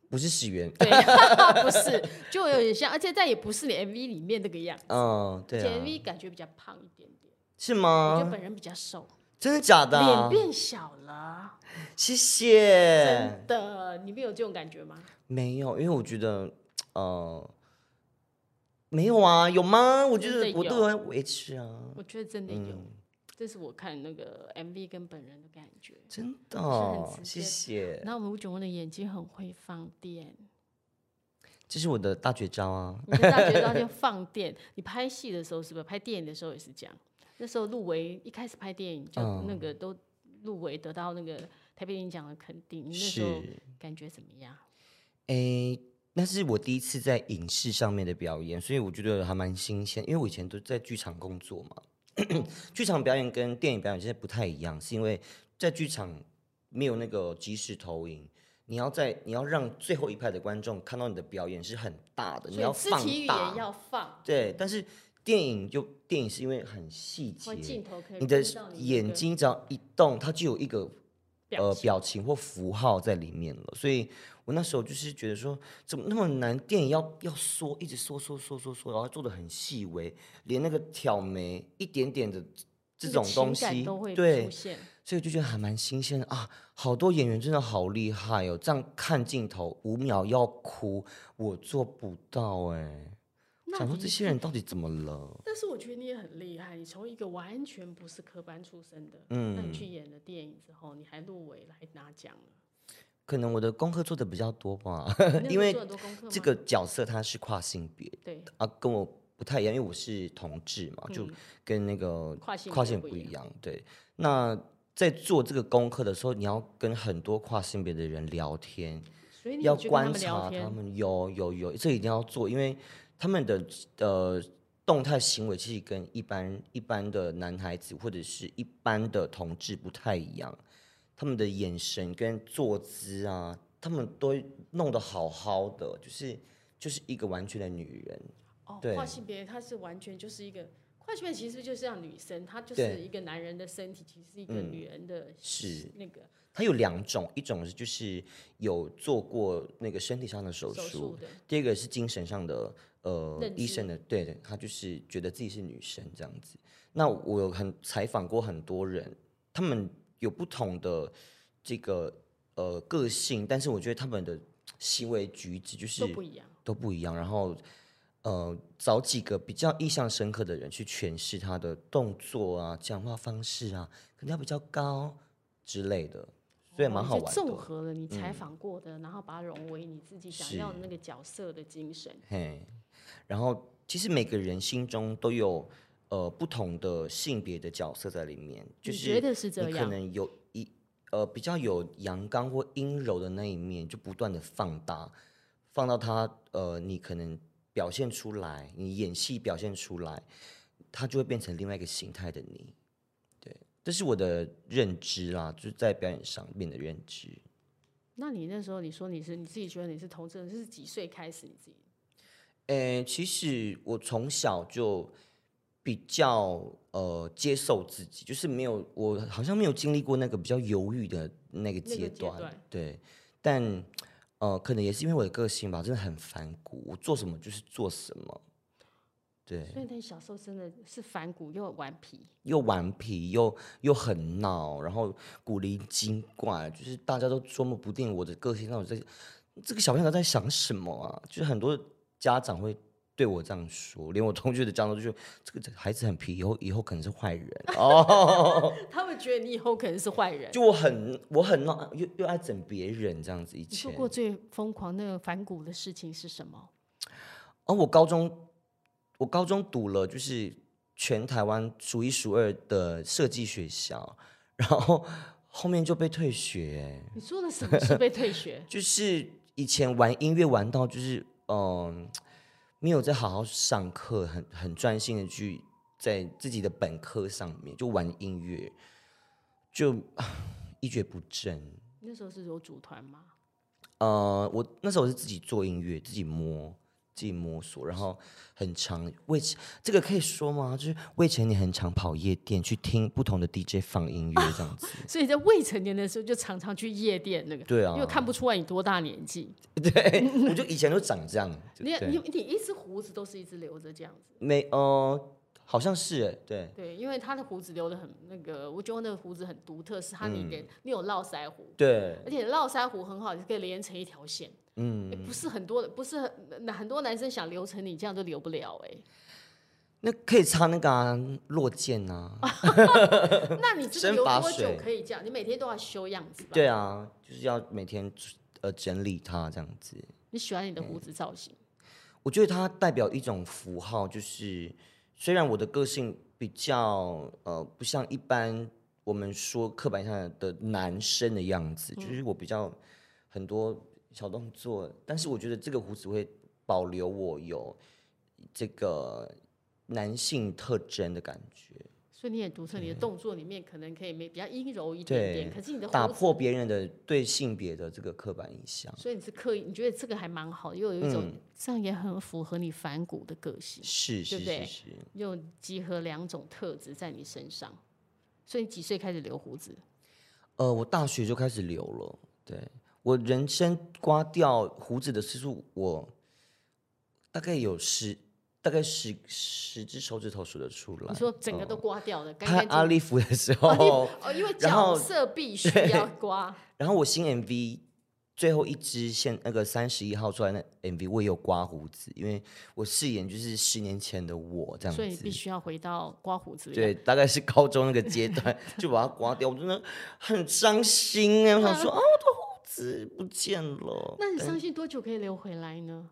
[SPEAKER 2] 不是喜源，
[SPEAKER 1] 对， 不是，就有点像，而且再也不是你 MV 里面那个样，
[SPEAKER 2] 嗯，
[SPEAKER 1] 而
[SPEAKER 2] 对
[SPEAKER 1] 且
[SPEAKER 2] 啊，
[SPEAKER 1] MV 感觉比较胖一点点，
[SPEAKER 2] 是
[SPEAKER 1] 我觉得
[SPEAKER 2] 吗？
[SPEAKER 1] 本人比较瘦，
[SPEAKER 2] 真的假的
[SPEAKER 1] 脸
[SPEAKER 2] 啊？
[SPEAKER 1] 变小了，
[SPEAKER 2] 谢谢。
[SPEAKER 1] 真的，你们有这种感觉吗？
[SPEAKER 2] 没有，因为我觉得，呃，没有啊，有吗？我觉
[SPEAKER 1] 真的
[SPEAKER 2] 得我
[SPEAKER 1] 有
[SPEAKER 2] 都有在维持啊，
[SPEAKER 1] 我觉得真的有，
[SPEAKER 2] 嗯
[SPEAKER 1] 这是我看那个 MV 跟本人的感觉。
[SPEAKER 2] 真的
[SPEAKER 1] 很
[SPEAKER 2] 哦，
[SPEAKER 1] 直
[SPEAKER 2] 谢
[SPEAKER 1] 接
[SPEAKER 2] 谢，
[SPEAKER 1] 那我们吴炯文的眼睛很会放电，
[SPEAKER 2] 这是我的大绝招啊。
[SPEAKER 1] 你的大绝招就放电。你拍戏的时候是不是？拍电影的时候也是这样。那时候入围，一开始拍电影就
[SPEAKER 2] 嗯
[SPEAKER 1] 那个都入围，得到那个台北电影奖的肯定。你那时候
[SPEAKER 2] 是，
[SPEAKER 1] 感觉怎么样？
[SPEAKER 2] 诶，那是我第一次在影视上面的表演，所以我觉得还蛮新鲜，因为我以前都在剧场工作嘛。 剧场表演跟电影表演现在不太一样，是因为在剧场没有那个即时投影。你要在你要让最后一排的观众看到你的表演是很大的，你
[SPEAKER 1] 所
[SPEAKER 2] 要
[SPEAKER 1] 以肢
[SPEAKER 2] 放
[SPEAKER 1] 体语
[SPEAKER 2] 大
[SPEAKER 1] 言，要放，
[SPEAKER 2] 对，但是电影就电影是因为很细
[SPEAKER 1] 或镜
[SPEAKER 2] 节，
[SPEAKER 1] 头可以
[SPEAKER 2] 你的
[SPEAKER 1] 看到你那
[SPEAKER 2] 眼
[SPEAKER 1] 个
[SPEAKER 2] 睛只要一动，它就有一个
[SPEAKER 1] 表
[SPEAKER 2] 呃
[SPEAKER 1] 情。
[SPEAKER 2] 表情或符号在里面了。所以我那时候就是觉得说，怎么那么难？电影要要缩，一直缩缩缩缩缩，然后做的很细微，连那个挑眉一点点的
[SPEAKER 1] 那
[SPEAKER 2] 这
[SPEAKER 1] 个
[SPEAKER 2] 种东
[SPEAKER 1] 情感
[SPEAKER 2] 西
[SPEAKER 1] 都会，
[SPEAKER 2] 对
[SPEAKER 1] 出，现，
[SPEAKER 2] 所以我就觉得还蛮新鲜的啊！好多演员真的好厉害哦，这样看镜头五秒要哭，我做不到哎、
[SPEAKER 1] 那
[SPEAKER 2] 想说
[SPEAKER 1] 你
[SPEAKER 2] 这些人到底怎么了？
[SPEAKER 1] 但是我觉得你也很厉害，你从一个完全不是科班出身的，那你
[SPEAKER 2] 嗯
[SPEAKER 1] 去，演了电影之后，你还入围了，还拿奖 了。
[SPEAKER 2] 可能我的功课做的比较多吧，
[SPEAKER 1] 你那时候
[SPEAKER 2] 因为
[SPEAKER 1] 做很多功课吗
[SPEAKER 2] 这个角色他是跨性别
[SPEAKER 1] 对，
[SPEAKER 2] 啊，跟我不太一样，因为我是同志嘛，就
[SPEAKER 1] 嗯
[SPEAKER 2] 跟那个
[SPEAKER 1] 跨性
[SPEAKER 2] 跨
[SPEAKER 1] 别
[SPEAKER 2] 性
[SPEAKER 1] 不
[SPEAKER 2] 不
[SPEAKER 1] 一
[SPEAKER 2] 一样。对，那在做这个功课的时候，你要跟很多跨性别的人聊天，
[SPEAKER 1] 所以哎你
[SPEAKER 2] 要
[SPEAKER 1] 有去跟他
[SPEAKER 2] 观
[SPEAKER 1] 们聊
[SPEAKER 2] 察
[SPEAKER 1] 天，
[SPEAKER 2] 他们，有有有，这一定要做，因为他们的呃动态行为其实跟一般一般的男孩子或者是一般的同志不太一样，他们的眼神跟坐姿啊，他们都弄得好好的，就是就是一个完全的女人，
[SPEAKER 1] 哦，
[SPEAKER 2] 对
[SPEAKER 1] 跨性别它是完全就是一个跨性别，其实就像女生，她就是
[SPEAKER 2] 对
[SPEAKER 1] 一个男人的身体，其实是一个
[SPEAKER 2] 嗯
[SPEAKER 1] 女人的
[SPEAKER 2] 是
[SPEAKER 1] 那个
[SPEAKER 2] 她有两种，一种是就是有做过那个身体上的手
[SPEAKER 1] 手
[SPEAKER 2] 术
[SPEAKER 1] 术，的。
[SPEAKER 2] 第二个是精神上的，呃
[SPEAKER 1] 认，
[SPEAKER 2] 医
[SPEAKER 1] 知
[SPEAKER 2] 生的，对的，他就是觉得自己是女生这样子。那我有很采访过很多人，他们有不同的这个呃个性，但是我觉得他们的行为举止就是
[SPEAKER 1] 都不一样，
[SPEAKER 2] 都不一样。然后呃，找几个比较印象深刻的人去诠释他的动作啊、讲话方式啊，可能要比较高之类的，所以
[SPEAKER 1] 哦
[SPEAKER 2] 蛮
[SPEAKER 1] 你
[SPEAKER 2] 好
[SPEAKER 1] 就
[SPEAKER 2] 玩
[SPEAKER 1] 综
[SPEAKER 2] 的。嗯
[SPEAKER 1] 合了你采访过的，然后把它融为你自己想
[SPEAKER 2] 是
[SPEAKER 1] 要的那个角色的精神。
[SPEAKER 2] 嘿，然后其实每个人心中都有呃不同的性别的角色在里面，就
[SPEAKER 1] 你觉
[SPEAKER 2] 是
[SPEAKER 1] 得是这
[SPEAKER 2] 你可
[SPEAKER 1] 样？
[SPEAKER 2] 能有一呃比较有阳刚或阴柔的那一面，就不断的放大，放到他呃你可能表现出来，你演戏表现出来，他就会变成另外一个形态的你。对，这是我的认知啦，就是在表演上面的认知。
[SPEAKER 1] 那你那时候你说你是你自己觉得你是同志，人，是几岁开始你自己？
[SPEAKER 2] 诶，其实我从小就比较呃接受自己，就是没有我好像没有经历过那个比较犹豫的
[SPEAKER 1] 那
[SPEAKER 2] 那个
[SPEAKER 1] 个
[SPEAKER 2] 阶
[SPEAKER 1] 阶
[SPEAKER 2] 段，
[SPEAKER 1] 段
[SPEAKER 2] 对。但呃，可能也是因为我的个性吧，真的很反骨，我做什么就是做什么，对，
[SPEAKER 1] 所以你小时候真的是反骨又顽皮，
[SPEAKER 2] 又顽皮又又很闹，然后古灵精怪，就是大家都捉摸不定我的个性，那我在这个小朋友在想什么啊？就是很多家长会对我这样说，连我同学的家长都说这个孩子很皮，以后以后可能是坏人 哦。
[SPEAKER 1] 他们觉得你以后可能是坏人。
[SPEAKER 2] 就我很我很闹，又又爱整别人这样子。以
[SPEAKER 1] 你做
[SPEAKER 2] 前
[SPEAKER 1] 过最疯狂那个反骨的事情是什么？
[SPEAKER 2] 哦，我高中我高中读了就是全台湾数一数二的设计学校，然后后面就被退学、？
[SPEAKER 1] 你做了什么事被退学
[SPEAKER 2] 就是以前玩音乐玩到就是嗯、没有在好好上课，很很专心的去在自己的本科上面就玩音乐，就啊一蹶不振。
[SPEAKER 1] 那时候是有组团吗？
[SPEAKER 2] 呃，我那时候是自己做音乐，自己摸，自己摸索，然后很长为此这个可以说吗？就是为前你很常跑夜店去听不同的 DJ 放 音乐这样子，
[SPEAKER 1] 所以在未成年的时候就常常去夜店那个，
[SPEAKER 2] 对啊
[SPEAKER 1] 因为，看不出来你多大年纪，
[SPEAKER 2] 对，我就以前都长这样，就
[SPEAKER 1] 你你
[SPEAKER 2] 对，
[SPEAKER 1] 你一直胡子都是一直留着这样子，
[SPEAKER 2] 没呃，好像是欸对，
[SPEAKER 1] 对，因为他的胡子留的很那个，我觉得那个胡子很独特，是他你
[SPEAKER 2] 嗯
[SPEAKER 1] 给、你有络腮胡，
[SPEAKER 2] 对，
[SPEAKER 1] 而且络腮胡很好，就可以连成一条线，
[SPEAKER 2] 嗯
[SPEAKER 1] 诶，不是很多的，不是很很多男生想留成你这样都留不了哎、
[SPEAKER 2] 那可以擦那个啊落剑啊，
[SPEAKER 1] 那你这个
[SPEAKER 2] 生
[SPEAKER 1] 留
[SPEAKER 2] 发
[SPEAKER 1] 多久
[SPEAKER 2] 水
[SPEAKER 1] 可以这样？你每天都要修样子吧？
[SPEAKER 2] 对啊，就是要每天呃整理它这样子。
[SPEAKER 1] 你喜欢你的胡子造型？
[SPEAKER 2] 嗯我觉得它代表一种符号，就是虽然我的个性比较呃不像一般我们说刻板上的男生的样子，
[SPEAKER 1] 嗯
[SPEAKER 2] 就是我比较很多小动作，但是我觉得这个胡子会保留我有这个男性特征的感觉，
[SPEAKER 1] 所以你很独特，你的动作里面可能可以没比较阴柔一点点，
[SPEAKER 2] 对
[SPEAKER 1] 可是你的
[SPEAKER 2] 打
[SPEAKER 1] 胡子，
[SPEAKER 2] 破别人的对性别的这个刻板印象。
[SPEAKER 1] 所以你是刻意，你觉得这个还蛮好的，又有一
[SPEAKER 2] 嗯
[SPEAKER 1] 种、这样也很符合你反骨的个性，
[SPEAKER 2] 是
[SPEAKER 1] 对
[SPEAKER 2] 是
[SPEAKER 1] 不对
[SPEAKER 2] 是是，
[SPEAKER 1] 又集合两种特质在你身上。所以你几岁开始留胡子？
[SPEAKER 2] 呃，我大学就开始留了，对我人生刮掉胡子的次数，我大概有十，大概十十只手指头数得出来嗯哦
[SPEAKER 1] 你。说整个都刮掉了，干
[SPEAKER 2] 拍
[SPEAKER 1] 干
[SPEAKER 2] 阿
[SPEAKER 1] 净
[SPEAKER 2] 利弗的时
[SPEAKER 1] 哦
[SPEAKER 2] 候，
[SPEAKER 1] 你哦，因为
[SPEAKER 2] 然
[SPEAKER 1] 角
[SPEAKER 2] 后
[SPEAKER 1] 色必须要刮。
[SPEAKER 2] 然后我新 MV 最后一支现那个三十一号出来那 MV，我也有刮胡子，因为我饰演就是十年前的我这样
[SPEAKER 1] 所以你必
[SPEAKER 2] 子。
[SPEAKER 1] 须要回到刮胡子。
[SPEAKER 2] 对，，大概是高中那个阶段 就把它刮掉，我真的很伤心哎、我想说啊，我的胡子不见了。
[SPEAKER 1] 那你伤心多久可以留回来呢？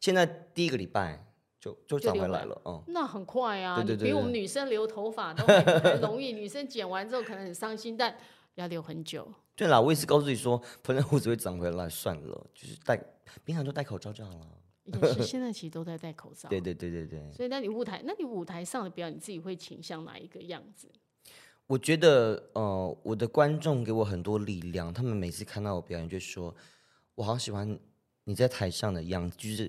[SPEAKER 2] 现在第一个礼拜就就
[SPEAKER 1] 就
[SPEAKER 2] 长
[SPEAKER 1] 留
[SPEAKER 2] 回
[SPEAKER 1] 回
[SPEAKER 2] 来
[SPEAKER 1] 来
[SPEAKER 2] 了，嗯，
[SPEAKER 1] 那很快啊，
[SPEAKER 2] 对
[SPEAKER 1] 你
[SPEAKER 2] 对对
[SPEAKER 1] 比我们
[SPEAKER 2] 对
[SPEAKER 1] 女生留头发 都还还容易。女生剪完之后可能很伤心，但要留很久。
[SPEAKER 2] 对啦，我也是告诉自己说，反正胡子会长回来，算了，就是戴平常就戴口罩就好了。
[SPEAKER 1] 也 是现在其实都在戴口罩，
[SPEAKER 2] 对对对对对，
[SPEAKER 1] 所以那你舞台，那你舞台上的表演，你自己会倾向哪一个样子？
[SPEAKER 2] 我觉得呃，我的观众给我很多力量，他们每次看到我表演就说，我好喜欢你在台上的样子，就是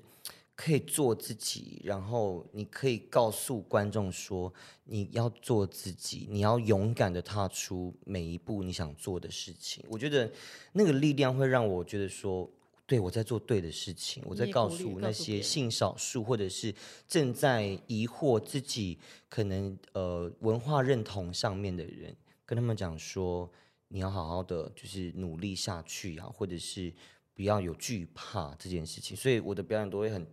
[SPEAKER 2] 可以做自己，嗯然后你可以告诉观众说你要做自己，你要勇敢的踏出每一步你想做的事情。我觉得那个力量会让我觉得说，对我在做对的事情，我
[SPEAKER 1] 你
[SPEAKER 2] 在
[SPEAKER 1] 也
[SPEAKER 2] 告
[SPEAKER 1] 鼓励
[SPEAKER 2] 诉
[SPEAKER 1] 告
[SPEAKER 2] 那
[SPEAKER 1] 诉别
[SPEAKER 2] 些
[SPEAKER 1] 人
[SPEAKER 2] 性少数或者是正在疑惑自己可能呃文化认同上面的人，跟他们讲说。你要好好的，就是努力下去呀、或者是不要有惧怕这件事情。所以我的表演都会很，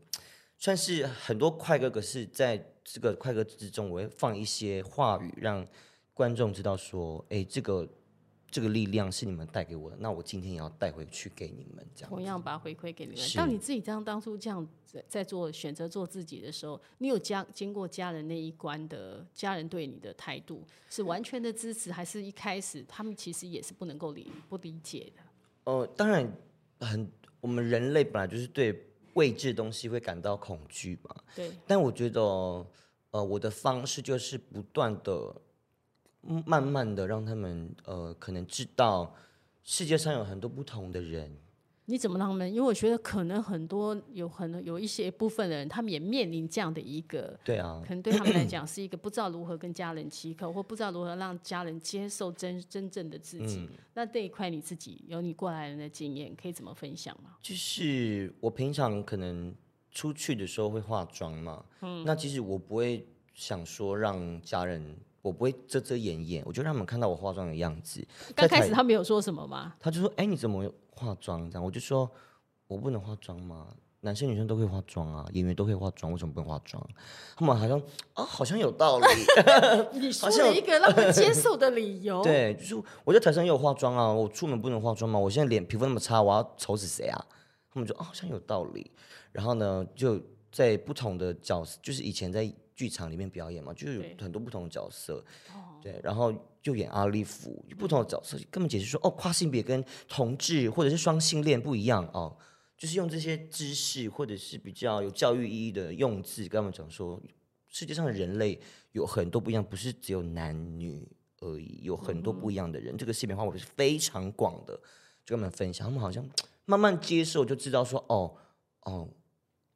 [SPEAKER 2] 算是很多快歌，可是在这个快歌之中，我会放一些话语，让观众知道说，哎，这个这个力量是你们带给我的，那我今天也要带回去给你们，这样。
[SPEAKER 1] 同样把它回馈给你们。
[SPEAKER 2] 是
[SPEAKER 1] 当你自己这样当初这样在在做选择做自己的时候，你有家经过家人那一关的，家人对你的态度是完全的支持，还是一开始他们其实也是不能够理不理解的？
[SPEAKER 2] 呃，当然很，我们人类本来就是对未知的东西会感到恐惧嘛。
[SPEAKER 1] 对，
[SPEAKER 2] 但我觉得，呃，我的方式就是不断的、慢慢的让他们呃，可能知道世界上有很多不同的人。
[SPEAKER 1] 你怎么让他们？因为我觉得可能很多有很多有一些部分的人，他们也面临这样的一个，
[SPEAKER 2] 对啊
[SPEAKER 1] 可，能对他们来讲是一个不知道如何跟家人启口，或不知道如何让家人接受真真正的自
[SPEAKER 2] 嗯
[SPEAKER 1] 己。那这一块你自己有你过来人的经验，可以怎么分享吗？
[SPEAKER 2] 就是我平常可能出去的时候会化妆嘛，嗯，那其实我不会想说让家人，我不会遮遮掩掩，我就让他们看到我化妆的样子。
[SPEAKER 1] 刚
[SPEAKER 2] 在
[SPEAKER 1] 开
[SPEAKER 2] 台
[SPEAKER 1] 始他们有说什么吗？
[SPEAKER 2] 他就说：“哎、你怎么有化妆？”这样我就说：“我不能化妆吗？男生女生都会化妆啊，演员都会化妆，为什么不能化妆？”他们好像啊，好像有道理。
[SPEAKER 1] 呃你说
[SPEAKER 2] 好像
[SPEAKER 1] 了一个让我接受的理由，
[SPEAKER 2] 对，就是我在台上也有化妆啊，我出门不能化妆吗？我现在脸皮肤那么差，我要丑死谁啊？他们就啊，好像有道理。然后呢，就在不同的角色，就是以前在剧场里面表演嘛，就是有
[SPEAKER 1] 对
[SPEAKER 2] 很多不同的角色。对，然后就演阿利弗，就不同的角色，根本解释说哦，跨性别跟同志或者是双性恋不一样哦。就是用这些知识或者是比较有教育意义的用字跟他们讲说，世界上的人类有很多不一样，不是只有男女而已，有很多不一样的人。这个性别化我是非常广的，就跟他们分享，他们好像慢慢接受，就知道说，哦，哦，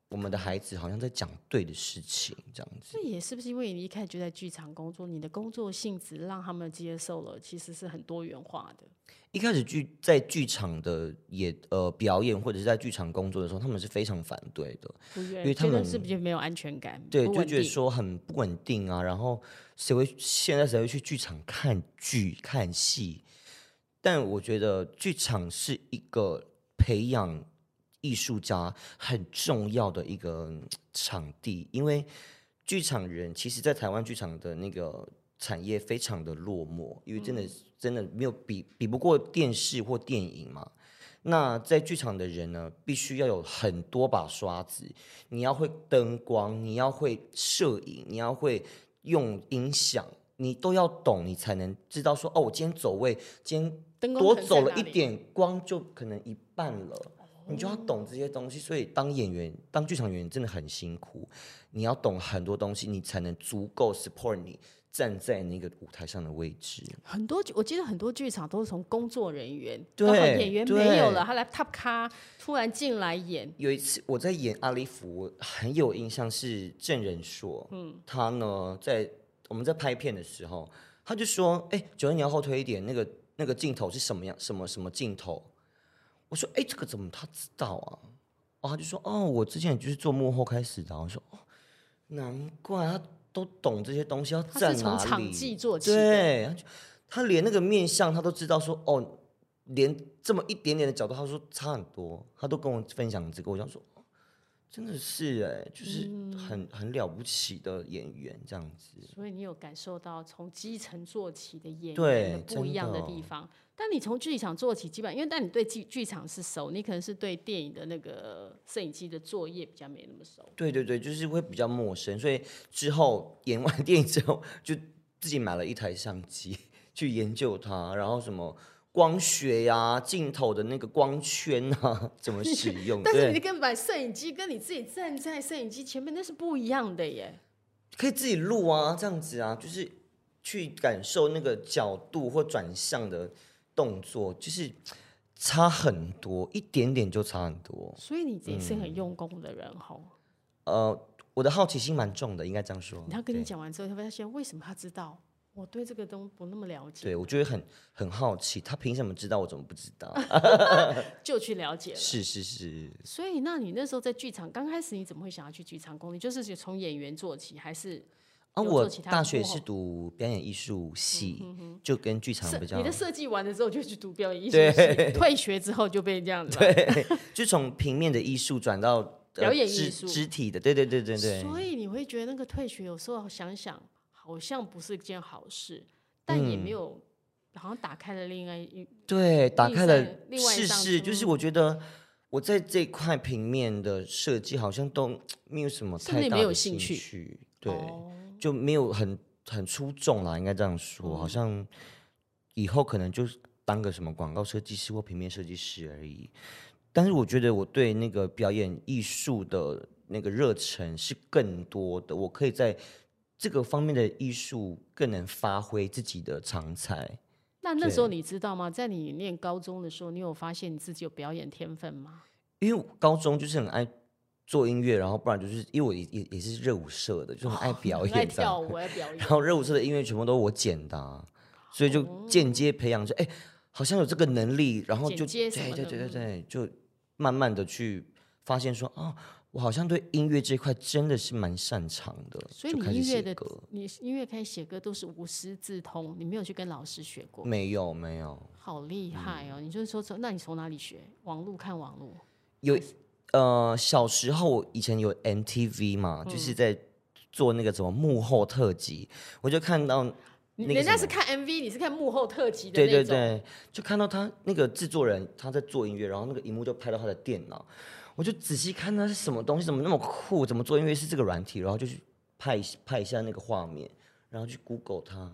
[SPEAKER 2] 我们的孩子好像在讲对的事情这样子。
[SPEAKER 1] 这也是不是因为你一开始就在剧场工作，你的工作性质让他们接受了，其实是很多元化的。
[SPEAKER 2] 一开始剧在剧场的也呃表演或者是在剧场工作的时候，他们是非常反对的，
[SPEAKER 1] 不愿，
[SPEAKER 2] 因为他
[SPEAKER 1] 觉得
[SPEAKER 2] 们
[SPEAKER 1] 是不是没有安全感？
[SPEAKER 2] 对，
[SPEAKER 1] 不
[SPEAKER 2] 就
[SPEAKER 1] 稳
[SPEAKER 2] 觉得
[SPEAKER 1] 定
[SPEAKER 2] 说很不稳定啊。然后谁会现在谁会去剧场看剧看戏？但我觉得剧场是一个培养艺术家很重要的一个嗯场地，因为剧场人其实，在台湾剧场的那个产业非常的落寞，因为真
[SPEAKER 1] 嗯
[SPEAKER 2] 的、真的没有比比不过电视或电影嘛。那在剧场的人呢，必须要有很多把刷子，你要会灯光，你要会摄影，你要会用音响，你都要懂，你才能知道说哦，我今天走位，今天
[SPEAKER 1] 灯光
[SPEAKER 2] 多
[SPEAKER 1] 可能
[SPEAKER 2] 走
[SPEAKER 1] 在
[SPEAKER 2] 了
[SPEAKER 1] 哪
[SPEAKER 2] 一
[SPEAKER 1] 里，
[SPEAKER 2] 点，光就可能一半了。你就要懂这些东西，所以当演员、当剧场演员真的很辛苦。你要懂很多东西，你才能足够 support 你站在那个舞台上的位置。
[SPEAKER 1] 很多剧我记得很多剧场都是从工作人员，
[SPEAKER 2] 对
[SPEAKER 1] 然后演员没有
[SPEAKER 2] 对
[SPEAKER 1] 了，他来 top 咖突然进来演，
[SPEAKER 2] 有一次我在演阿里福，我很有印象是郑仁硕，嗯，他呢在我们在拍片的时候，他就说：“哎、九恩你要后退一点，那个那个镜头是什么样？什么什么镜头？”我说：“哎、这个怎么他知道啊？”哦，他就说：“哦，我之前就是做幕后开始的啊。”我说：“哦，难怪他都懂这些东西，要
[SPEAKER 1] 他
[SPEAKER 2] 站
[SPEAKER 1] 是从
[SPEAKER 2] 哪
[SPEAKER 1] 场
[SPEAKER 2] 里
[SPEAKER 1] 记做起的。
[SPEAKER 2] 对，他就他连那个面相他都知道说，哦，连这么一点点的角度，他说差很多，他都跟我分享这个，我想说，哦真的是哎、就是
[SPEAKER 1] 嗯
[SPEAKER 2] 很、很了不起的演员这样子。
[SPEAKER 1] 所以你有感受到从基层做起的演
[SPEAKER 2] 对
[SPEAKER 1] 员的不一样的
[SPEAKER 2] 真的
[SPEAKER 1] 地方。但你从剧场做起，基本因为但你对剧剧场是熟，你可能是对电影的那个摄影机的作业比较没那么熟。
[SPEAKER 2] 对对对，就是会比较陌生，所以之后演完电影之后，就自己买了一台相机去研究它，然后什么。光学呀、镜头的那个光圈啊，怎么使用？
[SPEAKER 1] 但是
[SPEAKER 2] 对
[SPEAKER 1] 你跟买摄影机，跟你自己站在摄影机前面，那是不一样的耶。
[SPEAKER 2] 可以自己录啊，这样子啊，就是去感受那个角度或转向的动作，就是差很多，一点点就差很多。
[SPEAKER 1] 所以你也是
[SPEAKER 2] 嗯
[SPEAKER 1] 很用功的人吼。
[SPEAKER 2] 呃，我的好奇心蛮重的，应该这样说。
[SPEAKER 1] 然后跟你
[SPEAKER 2] 对，
[SPEAKER 1] 讲完之后，他发现为什么他知道我对这个东不那么了解，
[SPEAKER 2] 对我就会很很好奇，他凭什么知道我怎么不知 道？
[SPEAKER 1] 就去了解了。
[SPEAKER 2] 是是是，
[SPEAKER 1] 所以，那你那时候在剧场刚开始，你怎么会想要去剧场工作？你就是从演员做起，还是
[SPEAKER 2] 啊，
[SPEAKER 1] 有
[SPEAKER 2] 我
[SPEAKER 1] 做其他
[SPEAKER 2] 大
[SPEAKER 1] 幕
[SPEAKER 2] 学
[SPEAKER 1] 后嗯
[SPEAKER 2] 是读表演艺术系，就跟剧场
[SPEAKER 1] 设
[SPEAKER 2] 比
[SPEAKER 1] 你
[SPEAKER 2] 较
[SPEAKER 1] 的，设计完了之后就去读表演艺术系，退学之后就被这样子吧。
[SPEAKER 2] 就从平面的艺术转到、呃
[SPEAKER 1] 表演艺
[SPEAKER 2] 肢
[SPEAKER 1] 术
[SPEAKER 2] 肢体的，对对对对对。
[SPEAKER 1] 所以你会觉得那个退学有时候想想好像不是一件好事，
[SPEAKER 2] 嗯
[SPEAKER 1] 但也没有、好像打开了另外一
[SPEAKER 2] 对，打
[SPEAKER 1] 另
[SPEAKER 2] 开了
[SPEAKER 1] 上另外一
[SPEAKER 2] 试
[SPEAKER 1] 张
[SPEAKER 2] 试，就是我觉得我在这块平面的设计好像都没有什么
[SPEAKER 1] 是不是
[SPEAKER 2] 太
[SPEAKER 1] 你
[SPEAKER 2] 大
[SPEAKER 1] 没有
[SPEAKER 2] 的
[SPEAKER 1] 兴趣
[SPEAKER 2] 趣，对，
[SPEAKER 1] 哦
[SPEAKER 2] 就没有很很出众啦，应该这样说，
[SPEAKER 1] 嗯
[SPEAKER 2] 好像以后可能就是当个什么广告设计师或平面设计师而已。但是我觉得我对那个表演艺术的那个热忱是更多的，我可以在这个方面的艺术更能发挥自己的长才。
[SPEAKER 1] 那那时候你知道吗？在你念高中的时候，你有发现你自己有表演天分吗？
[SPEAKER 2] 因为我高中就是很爱做音乐，然后不然就是因为我也也也是热舞社的，就很爱表
[SPEAKER 1] 哦爱
[SPEAKER 2] 演这样。
[SPEAKER 1] 跳舞，爱表演
[SPEAKER 2] 然。后热舞社的音乐全部都是我剪的啊、所以就间接培养说，哎、好像有这个能力，然后
[SPEAKER 1] 剪
[SPEAKER 2] 就
[SPEAKER 1] 接
[SPEAKER 2] 对
[SPEAKER 1] 什么
[SPEAKER 2] 对对
[SPEAKER 1] 的
[SPEAKER 2] 对
[SPEAKER 1] 嗯
[SPEAKER 2] 对，就慢慢的去发现说，啊，我好像对音乐这块真的是蛮擅长的，
[SPEAKER 1] 所以
[SPEAKER 2] 就
[SPEAKER 1] 你
[SPEAKER 2] 开始
[SPEAKER 1] 音乐
[SPEAKER 2] 写
[SPEAKER 1] 的
[SPEAKER 2] 歌。
[SPEAKER 1] 你音乐开始写歌都是无师自通，你没有去跟老师学过，
[SPEAKER 2] 没有没有，
[SPEAKER 1] 好厉害哦！你就是说从，那你从哪里学？网络看网络，
[SPEAKER 2] 有呃，小时候我以前有 MTV 嘛，
[SPEAKER 1] 嗯
[SPEAKER 2] 就是在做那个什么幕后特辑，我就看到
[SPEAKER 1] 你
[SPEAKER 2] 那个
[SPEAKER 1] 人家
[SPEAKER 2] 什
[SPEAKER 1] 是看 MV，你是看幕后特辑的
[SPEAKER 2] 对
[SPEAKER 1] 那
[SPEAKER 2] 对
[SPEAKER 1] 种。
[SPEAKER 2] 对，就看到他那个制作人他在做音乐，然后那个荧幕就拍到他的电脑，我就仔细看他是什么东西，怎么那么酷，怎么做音乐是这个软体，然后就去拍一拍一下那个画面，然后去 Google 他，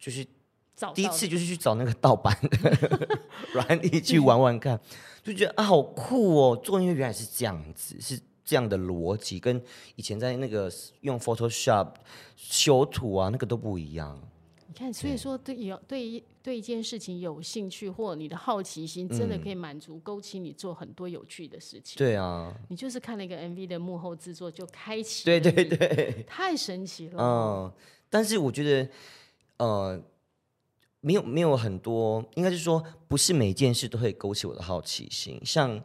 [SPEAKER 2] 就是
[SPEAKER 1] 找
[SPEAKER 2] 第一
[SPEAKER 1] 到
[SPEAKER 2] 次就是去找那个盗版的软体去玩玩看，就觉得啊好酷哦，做音乐原来是这样子，是这样的逻辑，跟以前在那个用 Photoshop 修图啊那个都不一样。
[SPEAKER 1] 你你看，所以说对有对一对一件事情有兴趣，或你的好奇心，真的可以满足、勾起你做很多有趣的事情。
[SPEAKER 2] 嗯对啊，
[SPEAKER 1] 你就是看了一个 MV 的幕后制作，就开启
[SPEAKER 2] 对
[SPEAKER 1] 了
[SPEAKER 2] 对
[SPEAKER 1] 你
[SPEAKER 2] 对，
[SPEAKER 1] 太神奇了。
[SPEAKER 2] 嗯，但是我觉得，呃，没有没有很多，应该是说不是每件事都会勾起我的好奇心。像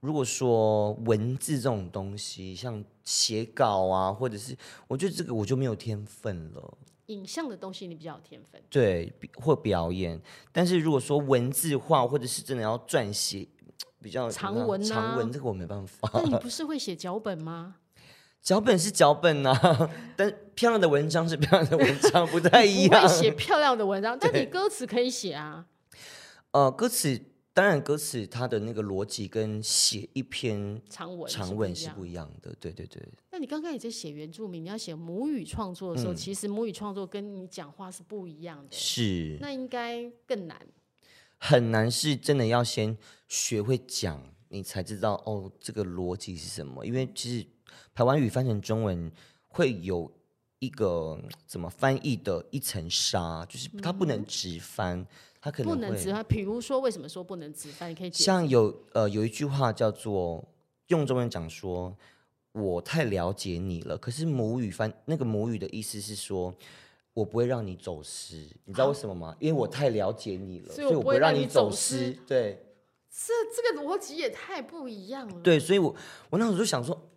[SPEAKER 2] 如果说文字这种东西，像写稿啊，或者是我觉得这个我就没有天分了。
[SPEAKER 1] 影像的东西你比较有天 分，
[SPEAKER 2] 对，比或表演。但是如果说文字化，或者是真的要撰写比较
[SPEAKER 1] 长
[SPEAKER 2] 你知道
[SPEAKER 1] 文啊
[SPEAKER 2] 长文这个我没办法。
[SPEAKER 1] 那你不是会写脚本 吗？
[SPEAKER 2] 脚本是脚本呐、啊， 但漂亮的文章是漂亮的文章，不太一
[SPEAKER 1] 不
[SPEAKER 2] 样
[SPEAKER 1] 会。写漂亮的文 章，但你歌词可以写啊。
[SPEAKER 2] 呃，歌词当然歌词它的那个逻辑跟写一篇
[SPEAKER 1] 长文
[SPEAKER 2] 长
[SPEAKER 1] 是不
[SPEAKER 2] 文
[SPEAKER 1] 一
[SPEAKER 2] 是
[SPEAKER 1] 样
[SPEAKER 2] 不一样的，对对对，
[SPEAKER 1] 那你刚刚也在写原住民，你要写母语创作
[SPEAKER 2] 嗯
[SPEAKER 1] 的时候，其实母语创作跟你讲话是不一样的，
[SPEAKER 2] 是
[SPEAKER 1] 那应该更难。
[SPEAKER 2] 很难是真的要先学会讲，你才知道哦这个逻辑是什么，因为其实台湾语翻成中文会有。一个嗯怎么翻译的一层纱，就是它不能直翻，它可
[SPEAKER 1] 嗯不
[SPEAKER 2] 能
[SPEAKER 1] 能
[SPEAKER 2] 会
[SPEAKER 1] 直翻，比如说为什么说不能直翻？你可以解释
[SPEAKER 2] 像有呃有一句话叫做用中文讲说，我太了解你了。可是母语翻那个母语的意思是说，我不会让你走失，你知道为什么吗？因为我太了解你了，
[SPEAKER 1] 所
[SPEAKER 2] 所
[SPEAKER 1] 以我
[SPEAKER 2] 我
[SPEAKER 1] 不会让
[SPEAKER 2] 让
[SPEAKER 1] 你走
[SPEAKER 2] 走
[SPEAKER 1] 失
[SPEAKER 2] 对
[SPEAKER 1] 这这个逻辑也太不一样了。
[SPEAKER 2] 对，所以我我那时候就想说。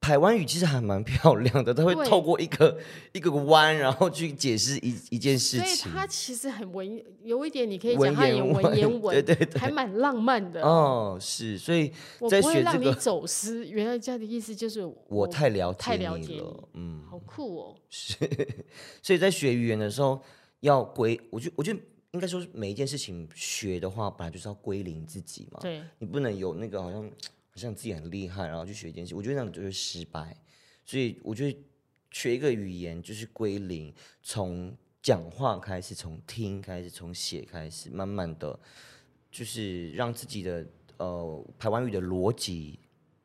[SPEAKER 2] 台湾语其实还蛮漂亮的，它会
[SPEAKER 1] 对
[SPEAKER 2] 透过一个一个弯，然后去解释一一件事
[SPEAKER 1] 所以
[SPEAKER 2] 情。
[SPEAKER 1] 它其实很文，有一点你可以讲
[SPEAKER 2] 文
[SPEAKER 1] 它也
[SPEAKER 2] 言
[SPEAKER 1] 文
[SPEAKER 2] 文
[SPEAKER 1] 言文，
[SPEAKER 2] 对
[SPEAKER 1] 还蛮浪漫的。
[SPEAKER 2] 哦，是，所以
[SPEAKER 1] 我
[SPEAKER 2] 在
[SPEAKER 1] 不会
[SPEAKER 2] 学这
[SPEAKER 1] 让你
[SPEAKER 2] 个，
[SPEAKER 1] 走失，原来这样的意思就是我
[SPEAKER 2] 我太了解
[SPEAKER 1] 太了
[SPEAKER 2] 你
[SPEAKER 1] 解你
[SPEAKER 2] 了，嗯，
[SPEAKER 1] 好酷哦。
[SPEAKER 2] 所以在学语言的时候，要归，我觉我觉得应该说是每一件事情学的话，本来就是要归零自己嘛。
[SPEAKER 1] 对，
[SPEAKER 2] 你不能有那个好像好像自己很厉害，然后去学一件事，我觉得那样就会失败。所以我觉得学一个语言就是归零，从讲话开始，从听开始，从写开始，慢慢的，就是让自己的呃台湾语的逻辑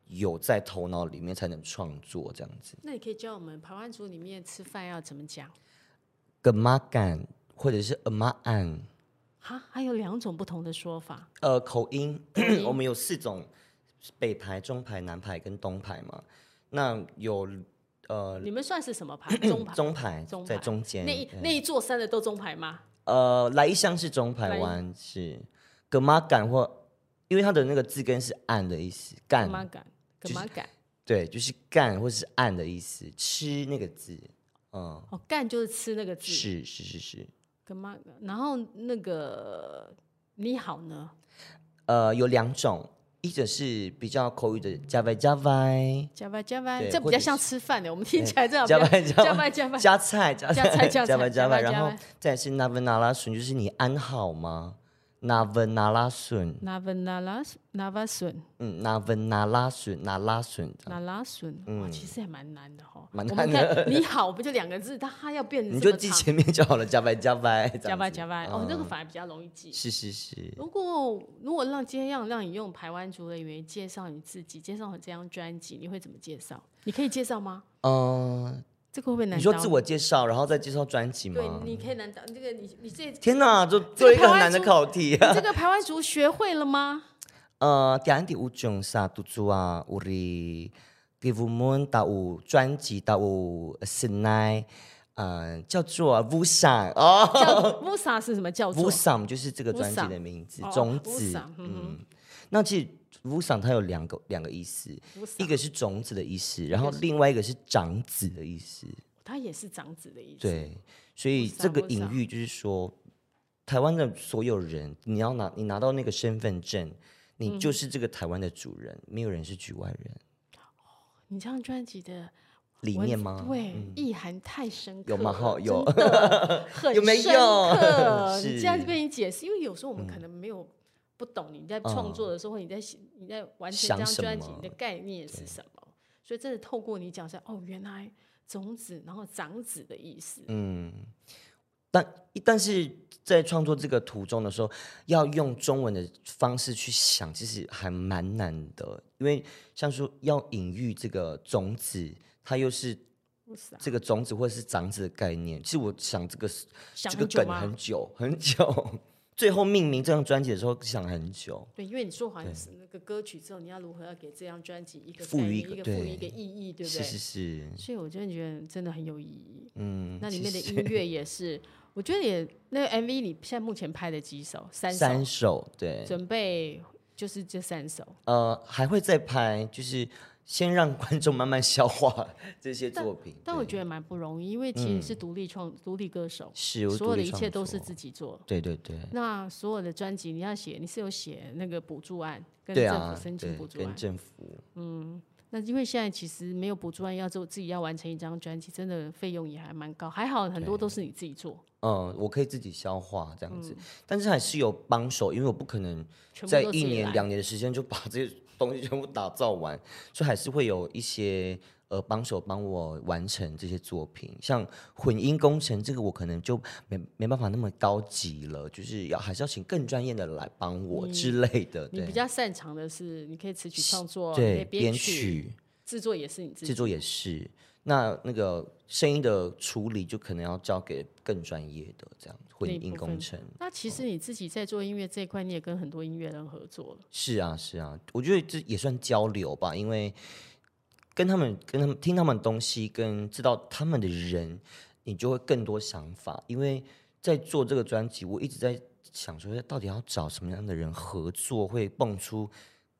[SPEAKER 2] 有在头脑里面，才能创作这样子。
[SPEAKER 1] 那你可以教我们排湾族里面吃饭要怎么讲？
[SPEAKER 2] 格玛感或者是阿玛安。
[SPEAKER 1] 哈，还有两种不同的说法。
[SPEAKER 2] 呃，口音，我们有四种，北牌、中牌、南牌跟东牌嘛。那有呃
[SPEAKER 1] 你们算是什么 牌？中牌。
[SPEAKER 2] 中牌
[SPEAKER 1] 中
[SPEAKER 2] 在
[SPEAKER 1] 牌
[SPEAKER 2] 中间嗯
[SPEAKER 1] 那，一那一座山的都中牌吗？
[SPEAKER 2] 呃，来一乡是中
[SPEAKER 1] 来
[SPEAKER 2] 牌
[SPEAKER 1] 一
[SPEAKER 2] 湾是格玛感或，因为它的那个字根是暗的意思，
[SPEAKER 1] 干嘛
[SPEAKER 2] 干
[SPEAKER 1] 干？干嘛干？
[SPEAKER 2] 对，就是干或是暗的意思，吃那个字，嗯，
[SPEAKER 1] 哦，干就是吃那个字。
[SPEAKER 2] 是是是是，
[SPEAKER 1] 干嘛？然后那个你好呢？
[SPEAKER 2] 呃，有两种，一种是比较口语的加歪加歪，
[SPEAKER 1] 加班加班，
[SPEAKER 2] 对
[SPEAKER 1] 这比
[SPEAKER 2] 或
[SPEAKER 1] 较
[SPEAKER 2] 者
[SPEAKER 1] 像吃饭的，我们听起来这样
[SPEAKER 2] 加
[SPEAKER 1] 比
[SPEAKER 2] 班
[SPEAKER 1] 较
[SPEAKER 2] 加
[SPEAKER 1] 加班加班。
[SPEAKER 2] 加菜加
[SPEAKER 1] 加菜
[SPEAKER 2] 菜
[SPEAKER 1] 加菜
[SPEAKER 2] 班
[SPEAKER 1] 加
[SPEAKER 2] 加
[SPEAKER 1] 班
[SPEAKER 2] 班，然
[SPEAKER 1] 加
[SPEAKER 2] 后
[SPEAKER 1] 班
[SPEAKER 2] 再来是那文那拉笋，就是你安好吗？那文那拉笋，
[SPEAKER 1] 那文那拉那瓦笋
[SPEAKER 2] 嗯，那文那拉笋，那拉笋，
[SPEAKER 1] 那拉笋，哇，其实也蛮难的哈。
[SPEAKER 2] 嗯蛮
[SPEAKER 1] 我
[SPEAKER 2] 难
[SPEAKER 1] 们看你好，不就两个字，但它要变成
[SPEAKER 2] 你
[SPEAKER 1] 这
[SPEAKER 2] 就
[SPEAKER 1] 么
[SPEAKER 2] 记
[SPEAKER 1] 长。
[SPEAKER 2] 前面就好了，加班加班这
[SPEAKER 1] 加
[SPEAKER 2] 样
[SPEAKER 1] 班
[SPEAKER 2] 子嗯
[SPEAKER 1] 加班，哦，那个反而比较容易记。
[SPEAKER 2] 是是是，
[SPEAKER 1] 如果如果让今天让让你用台湾族的语言介绍你自己，介绍你这张专辑，你会怎么介绍？你可以介绍吗？
[SPEAKER 2] 嗯，
[SPEAKER 1] 这个会不会难
[SPEAKER 2] 你
[SPEAKER 1] 倒
[SPEAKER 2] 说自我介绍，然后再介绍专辑
[SPEAKER 1] 对
[SPEAKER 2] 吗，？
[SPEAKER 1] 你可以难倒这个你你这
[SPEAKER 2] 天哪，就做一
[SPEAKER 1] 台
[SPEAKER 2] 个
[SPEAKER 1] 湾
[SPEAKER 2] 很难的
[SPEAKER 1] 出
[SPEAKER 2] 考题 啊！
[SPEAKER 1] 这个台湾族学会了吗？
[SPEAKER 2] 呃，第安第五种啥读书啊，有哩，给我们打有专辑打有是奈，嗯，叫做 Vusan 哦，
[SPEAKER 1] 叫 Musa 是什么叫 做
[SPEAKER 2] Vusam 就是这个专辑
[SPEAKER 1] Vusam
[SPEAKER 2] 的名字
[SPEAKER 1] 哦，
[SPEAKER 2] 种子
[SPEAKER 1] Vusam，。嗯
[SPEAKER 2] 嗯，那其实 Vusam 它有两个两个意思，
[SPEAKER 1] Musa？
[SPEAKER 2] 一个是种子的意思，然后另外一个是长子的意思。
[SPEAKER 1] 它也是长子的意思。，
[SPEAKER 2] 对，所以
[SPEAKER 1] Vusam，
[SPEAKER 2] 这个隐
[SPEAKER 1] Vusam
[SPEAKER 2] 喻就是说，台湾的所有人，你要拿你拿到那个身份证，你就是这个台湾的主人，没有人是局外人。
[SPEAKER 1] 你这张专辑的
[SPEAKER 2] 理
[SPEAKER 1] 文
[SPEAKER 2] 念吗？嗯
[SPEAKER 1] 对，意涵太深刻
[SPEAKER 2] 有
[SPEAKER 1] 了，
[SPEAKER 2] 吗哈有
[SPEAKER 1] 真的很
[SPEAKER 2] 有没
[SPEAKER 1] 深
[SPEAKER 2] 有
[SPEAKER 1] 刻
[SPEAKER 2] 是
[SPEAKER 1] 你这样子被你解释，因为有时候我们可能没有不懂你在创作的时候，或你在写你在完成这
[SPEAKER 2] 想
[SPEAKER 1] 张
[SPEAKER 2] 什
[SPEAKER 1] 专辑
[SPEAKER 2] 么
[SPEAKER 1] 你的概念是什么，
[SPEAKER 2] 嗯
[SPEAKER 1] 所以真的透过你讲一下，哦，原来种子，然后长子的意思，
[SPEAKER 2] 嗯，但但是在创作这个途中的时候，要用中文的方式去想，其实还蛮难的，因为像说要隐喻这个种子，它又是
[SPEAKER 1] 哇塞
[SPEAKER 2] 这个种子或者是长子的概念。其实我想这个是
[SPEAKER 1] 想
[SPEAKER 2] 这个
[SPEAKER 1] 很久
[SPEAKER 2] 梗
[SPEAKER 1] 吗
[SPEAKER 2] 很？久很久，最后命名这张专辑的时候想很久。
[SPEAKER 1] 对，因为你做完是那个歌曲之后，你要如何要给这张专辑一个
[SPEAKER 2] 赋
[SPEAKER 1] 概
[SPEAKER 2] 予一
[SPEAKER 1] 念
[SPEAKER 2] 个
[SPEAKER 1] 一个赋予一个
[SPEAKER 2] 对
[SPEAKER 1] 意义，对不
[SPEAKER 2] 是
[SPEAKER 1] 对？
[SPEAKER 2] 是是，
[SPEAKER 1] 所以我真的觉得真的很有意义。
[SPEAKER 2] 嗯，
[SPEAKER 1] 那里
[SPEAKER 2] 谢
[SPEAKER 1] 面的
[SPEAKER 2] 谢
[SPEAKER 1] 音乐也是，我觉得也那个 MV 你现在目前拍的几首，三首，
[SPEAKER 2] 三首对，
[SPEAKER 1] 准备就是这三首。
[SPEAKER 2] 呃，还会再拍，就是先让观众慢慢消化这些作品。
[SPEAKER 1] 但我
[SPEAKER 2] 对
[SPEAKER 1] 觉得蛮不容易，因为其实是独立创、独立歌手，
[SPEAKER 2] 嗯是我
[SPEAKER 1] 所有
[SPEAKER 2] 独
[SPEAKER 1] 的
[SPEAKER 2] 立
[SPEAKER 1] 一
[SPEAKER 2] 创
[SPEAKER 1] 切都是
[SPEAKER 2] 作
[SPEAKER 1] 自己做。
[SPEAKER 2] 对对对
[SPEAKER 1] 那所有的专辑你要写，你是有写那个补助案跟
[SPEAKER 2] 对
[SPEAKER 1] 政
[SPEAKER 2] 啊
[SPEAKER 1] 府，申请
[SPEAKER 2] 对
[SPEAKER 1] 补助案
[SPEAKER 2] 跟。政府
[SPEAKER 1] 那因为现在其实没有补助案，要做自己要完成一张专辑，真的费用也还蛮高。还好很多都是你自己做，
[SPEAKER 2] 嗯，我可以自己消化这样子，但是还是有帮手，因为我不可能
[SPEAKER 1] 嗯全部
[SPEAKER 2] 在
[SPEAKER 1] 都是
[SPEAKER 2] 一
[SPEAKER 1] 你
[SPEAKER 2] 年
[SPEAKER 1] 来。
[SPEAKER 2] 两年的时间就把这些东西全部打造完，所以还是会有一些呃帮手帮我完成这些作品。像混音工程这个，我可能就没没办法那么高级了，就是要还是要请更专业的来帮我之类的。
[SPEAKER 1] 你
[SPEAKER 2] 对
[SPEAKER 1] 比较擅长的是，你可以词曲创作，你可以
[SPEAKER 2] 对，
[SPEAKER 1] 编
[SPEAKER 2] 编
[SPEAKER 1] 曲、
[SPEAKER 2] 曲
[SPEAKER 1] 制作也是你自
[SPEAKER 2] 制
[SPEAKER 1] 己。
[SPEAKER 2] 作也是。那那个声音的处理就可能要交给更专业的这样混
[SPEAKER 1] 那一
[SPEAKER 2] 音
[SPEAKER 1] 部
[SPEAKER 2] 工
[SPEAKER 1] 分
[SPEAKER 2] 程。
[SPEAKER 1] 那其实你自己在做音乐这一块，你也跟很多音乐人合作了。
[SPEAKER 2] 是啊，是啊，我觉得这也算交流吧，因为跟他们、跟他们听他们的东西，跟知道他们的人，你就会更多想法。因为在做这个专辑，我一直在想说，到底要找什么样的人合作，会蹦出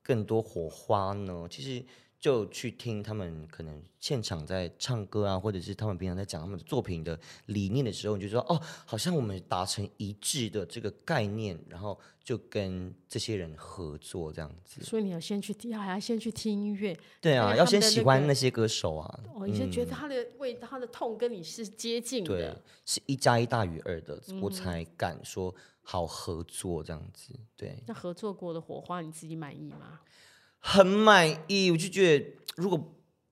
[SPEAKER 2] 更多火花呢？其实就去听他们可能现场在唱歌啊，或者是他们平常在讲他们的作品的理念的时候，你就知道哦，好像我们达成一致的这个概念，然后就跟这些人合作这样子。
[SPEAKER 1] 所以你要先去听，还要先去听音乐。
[SPEAKER 2] 对
[SPEAKER 1] 他
[SPEAKER 2] 啊，
[SPEAKER 1] 们
[SPEAKER 2] 要
[SPEAKER 1] 的
[SPEAKER 2] 先
[SPEAKER 1] 那
[SPEAKER 2] 喜
[SPEAKER 1] 个
[SPEAKER 2] 欢那些歌手啊，
[SPEAKER 1] 哦，你先觉得他的味，他的痛跟你是接近
[SPEAKER 2] 对
[SPEAKER 1] 的。，
[SPEAKER 2] 是一加一大于二的，我才敢说好合作这样子。对，
[SPEAKER 1] 那合作过的火花，你自己满意吗？
[SPEAKER 2] 很满意。我就觉得，如果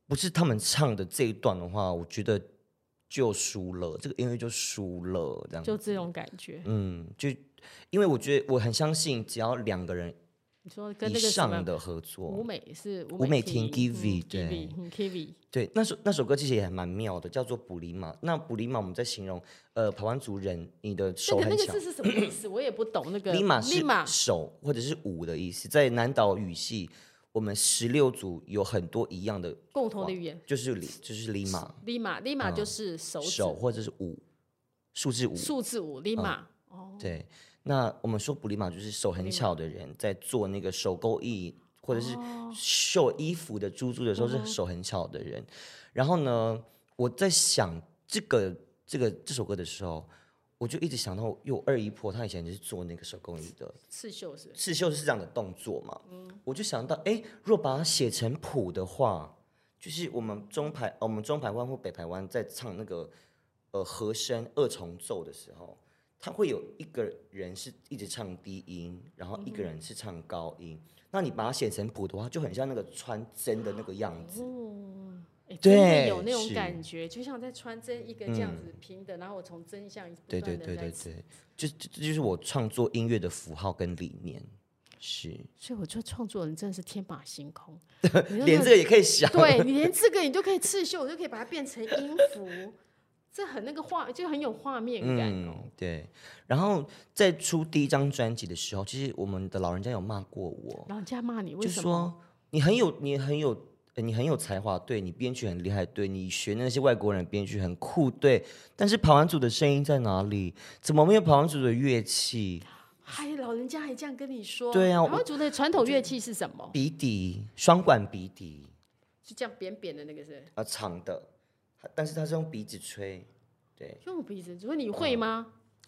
[SPEAKER 2] 不是他们唱的这一段的话，我觉得就输了，这个音乐就输了。这样
[SPEAKER 1] 就
[SPEAKER 2] 子，
[SPEAKER 1] 这种感觉。
[SPEAKER 2] 嗯，就因为我觉得我很相信，只要两个人
[SPEAKER 1] 你说跟
[SPEAKER 2] 以
[SPEAKER 1] 那个什
[SPEAKER 2] 上
[SPEAKER 1] 么嗯
[SPEAKER 2] 的合
[SPEAKER 1] 舞
[SPEAKER 2] 作，
[SPEAKER 1] 美嗯是
[SPEAKER 2] 舞美
[SPEAKER 1] 婷
[SPEAKER 2] 婷 Givi，对
[SPEAKER 1] k i v i
[SPEAKER 2] 对，那首那首歌其实也还蛮妙的，叫做《布里马》。那布里马我们在形容呃排湾族人，你的手
[SPEAKER 1] 那个
[SPEAKER 2] 很
[SPEAKER 1] 那个
[SPEAKER 2] 巧
[SPEAKER 1] 字。是什么意思？我也不懂那个。
[SPEAKER 2] 立马是
[SPEAKER 1] 立马
[SPEAKER 2] 手或者是舞的意思，在南岛语系，我们十六组有很多一样的，
[SPEAKER 1] 共同的语言。
[SPEAKER 2] 就是里就是立马
[SPEAKER 1] 立马立马就是手指
[SPEAKER 2] 嗯手或者是舞，数字舞。嗯
[SPEAKER 1] 数字舞立马。
[SPEAKER 2] 对，那我们说布里马就是手很巧的人，在做那个手工艺或者是
[SPEAKER 1] 哦
[SPEAKER 2] 绣衣服的珠珠的时候，
[SPEAKER 1] 嗯
[SPEAKER 2] 是手很巧的人。然后呢，我在想这个这个这首歌的时候。我就一直想到，因为我二姨婆她以前就是做那个手工艺的，
[SPEAKER 1] 刺绣是不是
[SPEAKER 2] 刺绣是这样的动作嘛，我就想到，哎，若把它写成谱的话，就是我们中排，呃我们中排湾或北排湾在唱那个呃和声二重奏的时候，它会有一个人是一直唱低音，然后一个人是唱高音。那你把它写成谱的话，就很像那个穿针的那个样子。
[SPEAKER 1] 哦，哎真的
[SPEAKER 2] 对
[SPEAKER 1] 有那种
[SPEAKER 2] 是
[SPEAKER 1] 感觉，就像在穿针一个这样子平的，然后我从真相不
[SPEAKER 2] 对
[SPEAKER 1] 断
[SPEAKER 2] 对
[SPEAKER 1] 的
[SPEAKER 2] 对
[SPEAKER 1] 在
[SPEAKER 2] 对对，就就这就是我创作音乐的符号跟理念，是
[SPEAKER 1] 所以我觉得创作人真的是天马行 空，
[SPEAKER 2] 连这个也可以想。
[SPEAKER 1] 对你连这个你就可以刺绣，你就可以把它变成音符，这很那个画就很有画面感哦。
[SPEAKER 2] 嗯，对。然后在出第一张专辑的时候，其实我们的老人家有骂过我，
[SPEAKER 1] 老人家骂你为
[SPEAKER 2] 就
[SPEAKER 1] 什么？
[SPEAKER 2] 说你很有，你很有。呃你很有才华，对你编曲很厉害，对你学那些外国人的编曲很酷，对。但是跑完组的声音在哪里？怎么没有跑完组的乐器？
[SPEAKER 1] 嗨，老人家还这样跟你说？
[SPEAKER 2] 对啊
[SPEAKER 1] 台湾族的传统乐器是什么？
[SPEAKER 2] 鼻笛，双管鼻笛，
[SPEAKER 1] 就这样扁扁的那个是？
[SPEAKER 2] 啊，长的，但是它是用鼻子吹，对。
[SPEAKER 1] 用鼻子？如果你会吗？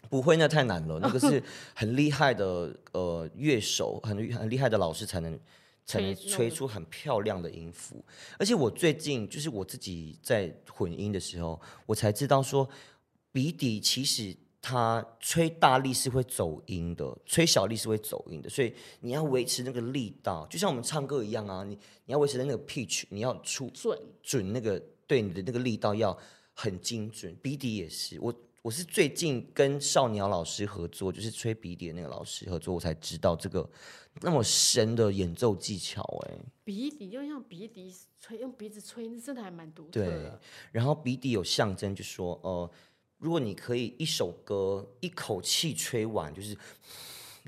[SPEAKER 2] 不会，那太难了。那个 是很厉害的呃乐手，很厉很厉害的老师才能才能
[SPEAKER 1] 吹弄
[SPEAKER 2] 吹
[SPEAKER 1] 的
[SPEAKER 2] 出很漂亮的音符。而且我最近就是我自己在混音的时候，我才知道说鼻底其实它吹大力是会走音的，吹小力是会走音的，所以你要维持那个力道，就像我们唱歌一样啊，你你要维持那个 pitch，你要出
[SPEAKER 1] 准
[SPEAKER 2] 准那个对你的那个力道要很精准，鼻底也是。我我是最近跟少鸟老师合作，就是吹鼻笛的那个老师合作，我才知道这个那么深的演奏技巧、哎，
[SPEAKER 1] 鼻笛用用鼻笛吹，用鼻子吹，那真的还蛮独特
[SPEAKER 2] 对
[SPEAKER 1] 的。
[SPEAKER 2] 然后鼻笛有象征，就说呃，如果你可以一首歌一口气吹完，就是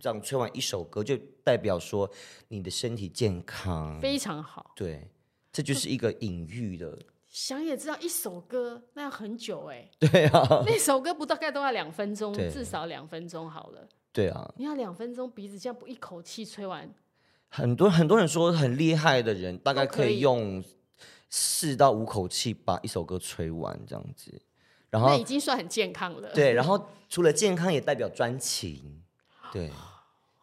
[SPEAKER 2] 这样吹完一首歌，就代表说你的身体健康。
[SPEAKER 1] 非常好。
[SPEAKER 2] 对，这就是一个隐喻的。
[SPEAKER 1] 想也知道，一首歌那要很久哎、对啊， 那首歌不大概都要两分钟，
[SPEAKER 2] 对
[SPEAKER 1] 至少两分钟好了。
[SPEAKER 2] 对啊，
[SPEAKER 1] 你要两分钟，鼻子这样不一口气吹完，
[SPEAKER 2] 很多很多人说很厉害的人，大概
[SPEAKER 1] 都
[SPEAKER 2] 可
[SPEAKER 1] 可以
[SPEAKER 2] 以用四到五口气把一首歌吹完这样子。然
[SPEAKER 1] 那
[SPEAKER 2] 后
[SPEAKER 1] 已经算很健康了。
[SPEAKER 2] 对，然后除了健康，也代表专情。对，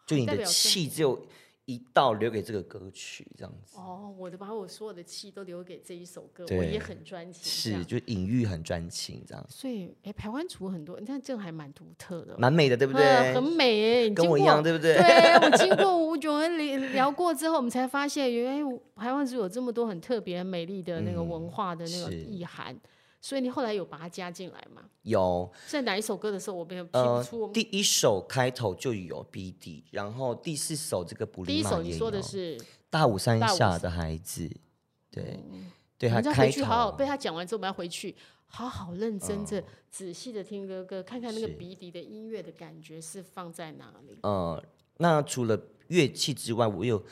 [SPEAKER 2] 就你
[SPEAKER 1] 哦代
[SPEAKER 2] 的
[SPEAKER 1] 表专
[SPEAKER 2] 气只有一道留给这个歌曲，这样子
[SPEAKER 1] 哦，我的把我所有的气都留给这一首歌，
[SPEAKER 2] 对
[SPEAKER 1] 我也很专情。这
[SPEAKER 2] 是
[SPEAKER 1] 样
[SPEAKER 2] 就隐喻很专情，这样
[SPEAKER 1] 所以哎，台湾族很多，你看这个还蛮独特的哦，
[SPEAKER 2] 蛮美的，对不
[SPEAKER 1] 嗯
[SPEAKER 2] 对？
[SPEAKER 1] 很美哎、你
[SPEAKER 2] 跟
[SPEAKER 1] 经
[SPEAKER 2] 我一
[SPEAKER 1] 过
[SPEAKER 2] 样，对不对？
[SPEAKER 1] 对我经 过吴炯恩聊聊过之后，我们才发现，原来我台湾是有这么多很特别、很美丽的那个文化的那个
[SPEAKER 2] 嗯是
[SPEAKER 1] 意涵。所以你后来有把它加进来吗？
[SPEAKER 2] 有
[SPEAKER 1] 在哪一首歌的时候，我没有听不
[SPEAKER 2] 呃
[SPEAKER 1] 出。，
[SPEAKER 2] 第一首开头就有 B D，然后第四首这个布
[SPEAKER 1] 第
[SPEAKER 2] 里
[SPEAKER 1] 一
[SPEAKER 2] 马
[SPEAKER 1] 首
[SPEAKER 2] 也
[SPEAKER 1] 你
[SPEAKER 2] 有
[SPEAKER 1] 说的是，
[SPEAKER 2] 大武山
[SPEAKER 1] 大武哦
[SPEAKER 2] 下
[SPEAKER 1] 山
[SPEAKER 2] 的孩子，对
[SPEAKER 1] 我
[SPEAKER 2] 对，他
[SPEAKER 1] 们再
[SPEAKER 2] 开
[SPEAKER 1] 回去
[SPEAKER 2] 头嗯
[SPEAKER 1] 好好被他讲完之后，我们要回去好好认真的、仔细的听哥哥，看看那个
[SPEAKER 2] 是
[SPEAKER 1] 鼻笛的音乐的感觉是放在哪里。
[SPEAKER 2] 呃，那除了乐器之外，我有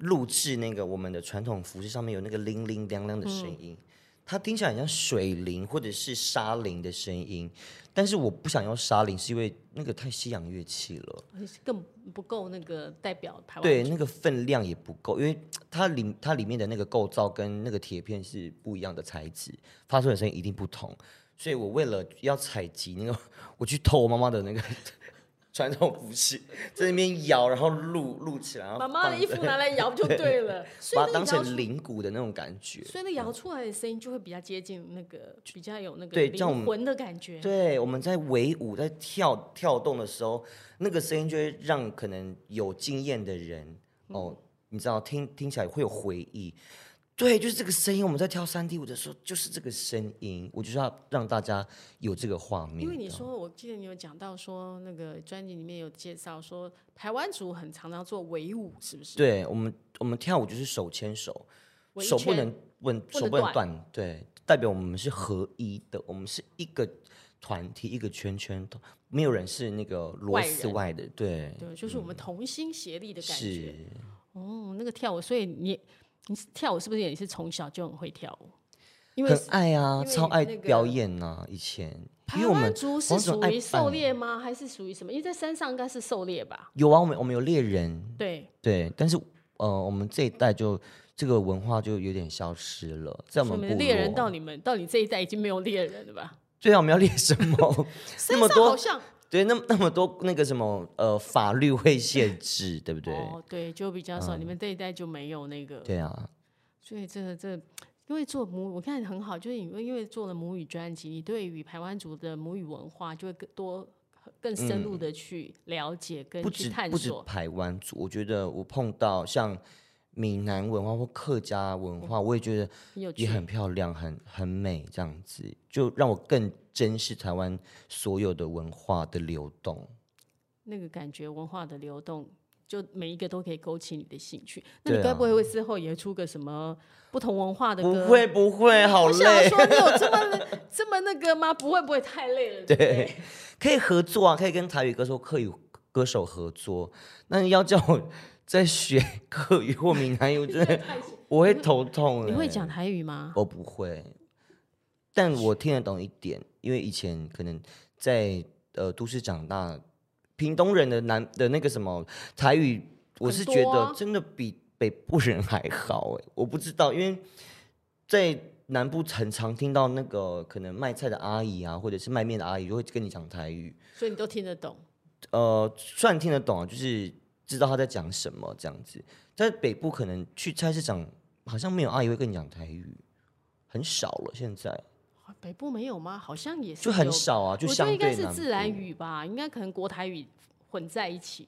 [SPEAKER 2] 录制那个我们的传统服饰上面有那个铃铃亮亮的声音，
[SPEAKER 1] 嗯
[SPEAKER 2] 它听起来很像水铃或者是沙铃的声音，但是我不想要沙铃，是因为那个太西洋乐器了，
[SPEAKER 1] 而且更不够那个代表台湾。
[SPEAKER 2] 对，，那个分量也不够，因为它里它里面的那个构造跟那个铁片是不一样的材质，发出的声音一定不同。所以我为了要采集那个，我去偷我妈妈的那个 传统服饰，在那边摇，然后录录起啊来，然后
[SPEAKER 1] 妈妈的
[SPEAKER 2] 放
[SPEAKER 1] 衣服拿来摇就对 了，所
[SPEAKER 2] 把
[SPEAKER 1] 以
[SPEAKER 2] 它
[SPEAKER 1] 那
[SPEAKER 2] 当
[SPEAKER 1] 个摇出
[SPEAKER 2] 成嗯铃鼓的那种感觉。
[SPEAKER 1] 所以那摇出来的声音就会比较接近那个，比较有那个
[SPEAKER 2] 对这样我
[SPEAKER 1] 灵
[SPEAKER 2] 们
[SPEAKER 1] 魂的感觉。
[SPEAKER 2] 对，我们在围舞、在跳跳动的时候，那个声音就会让可能有经验的人
[SPEAKER 1] 嗯
[SPEAKER 2] 哦，你知道，听听起来会有回忆。对，就是这个声音。我们在跳三 D 舞的时候，就是这个声音。我就是要让大家有这个画面。
[SPEAKER 1] 因为你
[SPEAKER 2] 这样
[SPEAKER 1] 说，我记得你有讲到说，那个专辑里面有介绍说，台湾族很常常做围舞，是不是？
[SPEAKER 2] 对我们，我们跳舞就是手牵手，
[SPEAKER 1] 围
[SPEAKER 2] 手不
[SPEAKER 1] 圈
[SPEAKER 2] 能问，
[SPEAKER 1] 不
[SPEAKER 2] 手
[SPEAKER 1] 能
[SPEAKER 2] 不能
[SPEAKER 1] 断
[SPEAKER 2] 断，对，代表我们是合一的，我们是一个团体，一个圈圈，没有人是那个螺
[SPEAKER 1] 外
[SPEAKER 2] 丝
[SPEAKER 1] 人
[SPEAKER 2] 外的，对，
[SPEAKER 1] 对，就是我们同心协力的感觉。
[SPEAKER 2] 嗯是。
[SPEAKER 1] 哦，那个跳舞，所以你你跳舞是不是也是从小就很会跳舞？因为
[SPEAKER 2] 很爱啊，
[SPEAKER 1] 因为
[SPEAKER 2] 超爱
[SPEAKER 1] 那个
[SPEAKER 2] 表演呐、以前因
[SPEAKER 1] 台
[SPEAKER 2] 为我
[SPEAKER 1] 湾
[SPEAKER 2] 们
[SPEAKER 1] 族
[SPEAKER 2] 我
[SPEAKER 1] 是
[SPEAKER 2] 们很
[SPEAKER 1] 属
[SPEAKER 2] 爱
[SPEAKER 1] 于狩
[SPEAKER 2] 办
[SPEAKER 1] 猎吗？还是属于什么？因为在山上应该是狩猎吧？
[SPEAKER 2] 有啊，我们我们有猎人，
[SPEAKER 1] 对，
[SPEAKER 2] 对，但是呃，我们这一代就这个文化就有点消失了，在我
[SPEAKER 1] 所以
[SPEAKER 2] 们
[SPEAKER 1] 你
[SPEAKER 2] 部
[SPEAKER 1] 的猎人到
[SPEAKER 2] 落，
[SPEAKER 1] 你们到你这一代已经没有猎人了 吧？
[SPEAKER 2] 对啊，我们要猎什 么？那
[SPEAKER 1] 山
[SPEAKER 2] 么
[SPEAKER 1] 上
[SPEAKER 2] 多
[SPEAKER 1] 好像
[SPEAKER 2] 对，那么那么多那个什么呃，法律会限制，对不对？
[SPEAKER 1] 哦，对，就比较少。你们这一代就没有那个，
[SPEAKER 2] 对啊，
[SPEAKER 1] 所以这个这个因为做母，我看很好，就是因为因为做了母语专辑，你对于台湾族的母语文化就会更多、更深入的去了解跟
[SPEAKER 2] 嗯不
[SPEAKER 1] 去
[SPEAKER 2] 止
[SPEAKER 1] 探
[SPEAKER 2] 不止
[SPEAKER 1] 索。
[SPEAKER 2] 台湾族，我觉得我碰到像闽南文化或客家文
[SPEAKER 1] 嗯
[SPEAKER 2] 化，我也觉得
[SPEAKER 1] 很有趣
[SPEAKER 2] 也，很漂亮，很很美，这样子就让我更珍视台湾所有的文化的流动。
[SPEAKER 1] 那个感觉文化的流动。就每一个都可以勾起你的兴趣，那你
[SPEAKER 2] 对
[SPEAKER 1] 该
[SPEAKER 2] 啊
[SPEAKER 1] 不会会之后也出个什么不同文化的
[SPEAKER 2] 不
[SPEAKER 1] 歌？
[SPEAKER 2] 会不会，好
[SPEAKER 1] 我想
[SPEAKER 2] 累，
[SPEAKER 1] 说你有这么 这么那个吗？不会不会太累了，对不对？
[SPEAKER 2] 可以合作啊，可以跟台语歌手、客语歌手合作。那你要叫我 再学客语或闽南语，我 真的我会头痛、欸。
[SPEAKER 1] 你会讲台语吗？
[SPEAKER 2] 哦我不会，但我听得懂一点，因为以前可能在呃都市长大，屏东人的南的那个什么台语，我
[SPEAKER 1] 很
[SPEAKER 2] 是觉
[SPEAKER 1] 多啊
[SPEAKER 2] 得真的比北部人还好哎、我不知道，因为在南部很常听到那个可能卖菜的阿姨啊，或者是卖面的阿姨就会跟你讲台语，
[SPEAKER 1] 所以你都听得懂。
[SPEAKER 2] 呃，算听得懂啊，就是知道他在讲什么这样子。在北部可能去菜市场，好像没有阿姨会跟你讲台语，很少了。现在
[SPEAKER 1] 北部没有吗？好像也是
[SPEAKER 2] 就很
[SPEAKER 1] 有
[SPEAKER 2] 少啊，就
[SPEAKER 1] 我觉得
[SPEAKER 2] 相
[SPEAKER 1] 应该
[SPEAKER 2] 对
[SPEAKER 1] 是
[SPEAKER 2] 南
[SPEAKER 1] 自然
[SPEAKER 2] 部。
[SPEAKER 1] 语吧，应该可能国台语混在一起。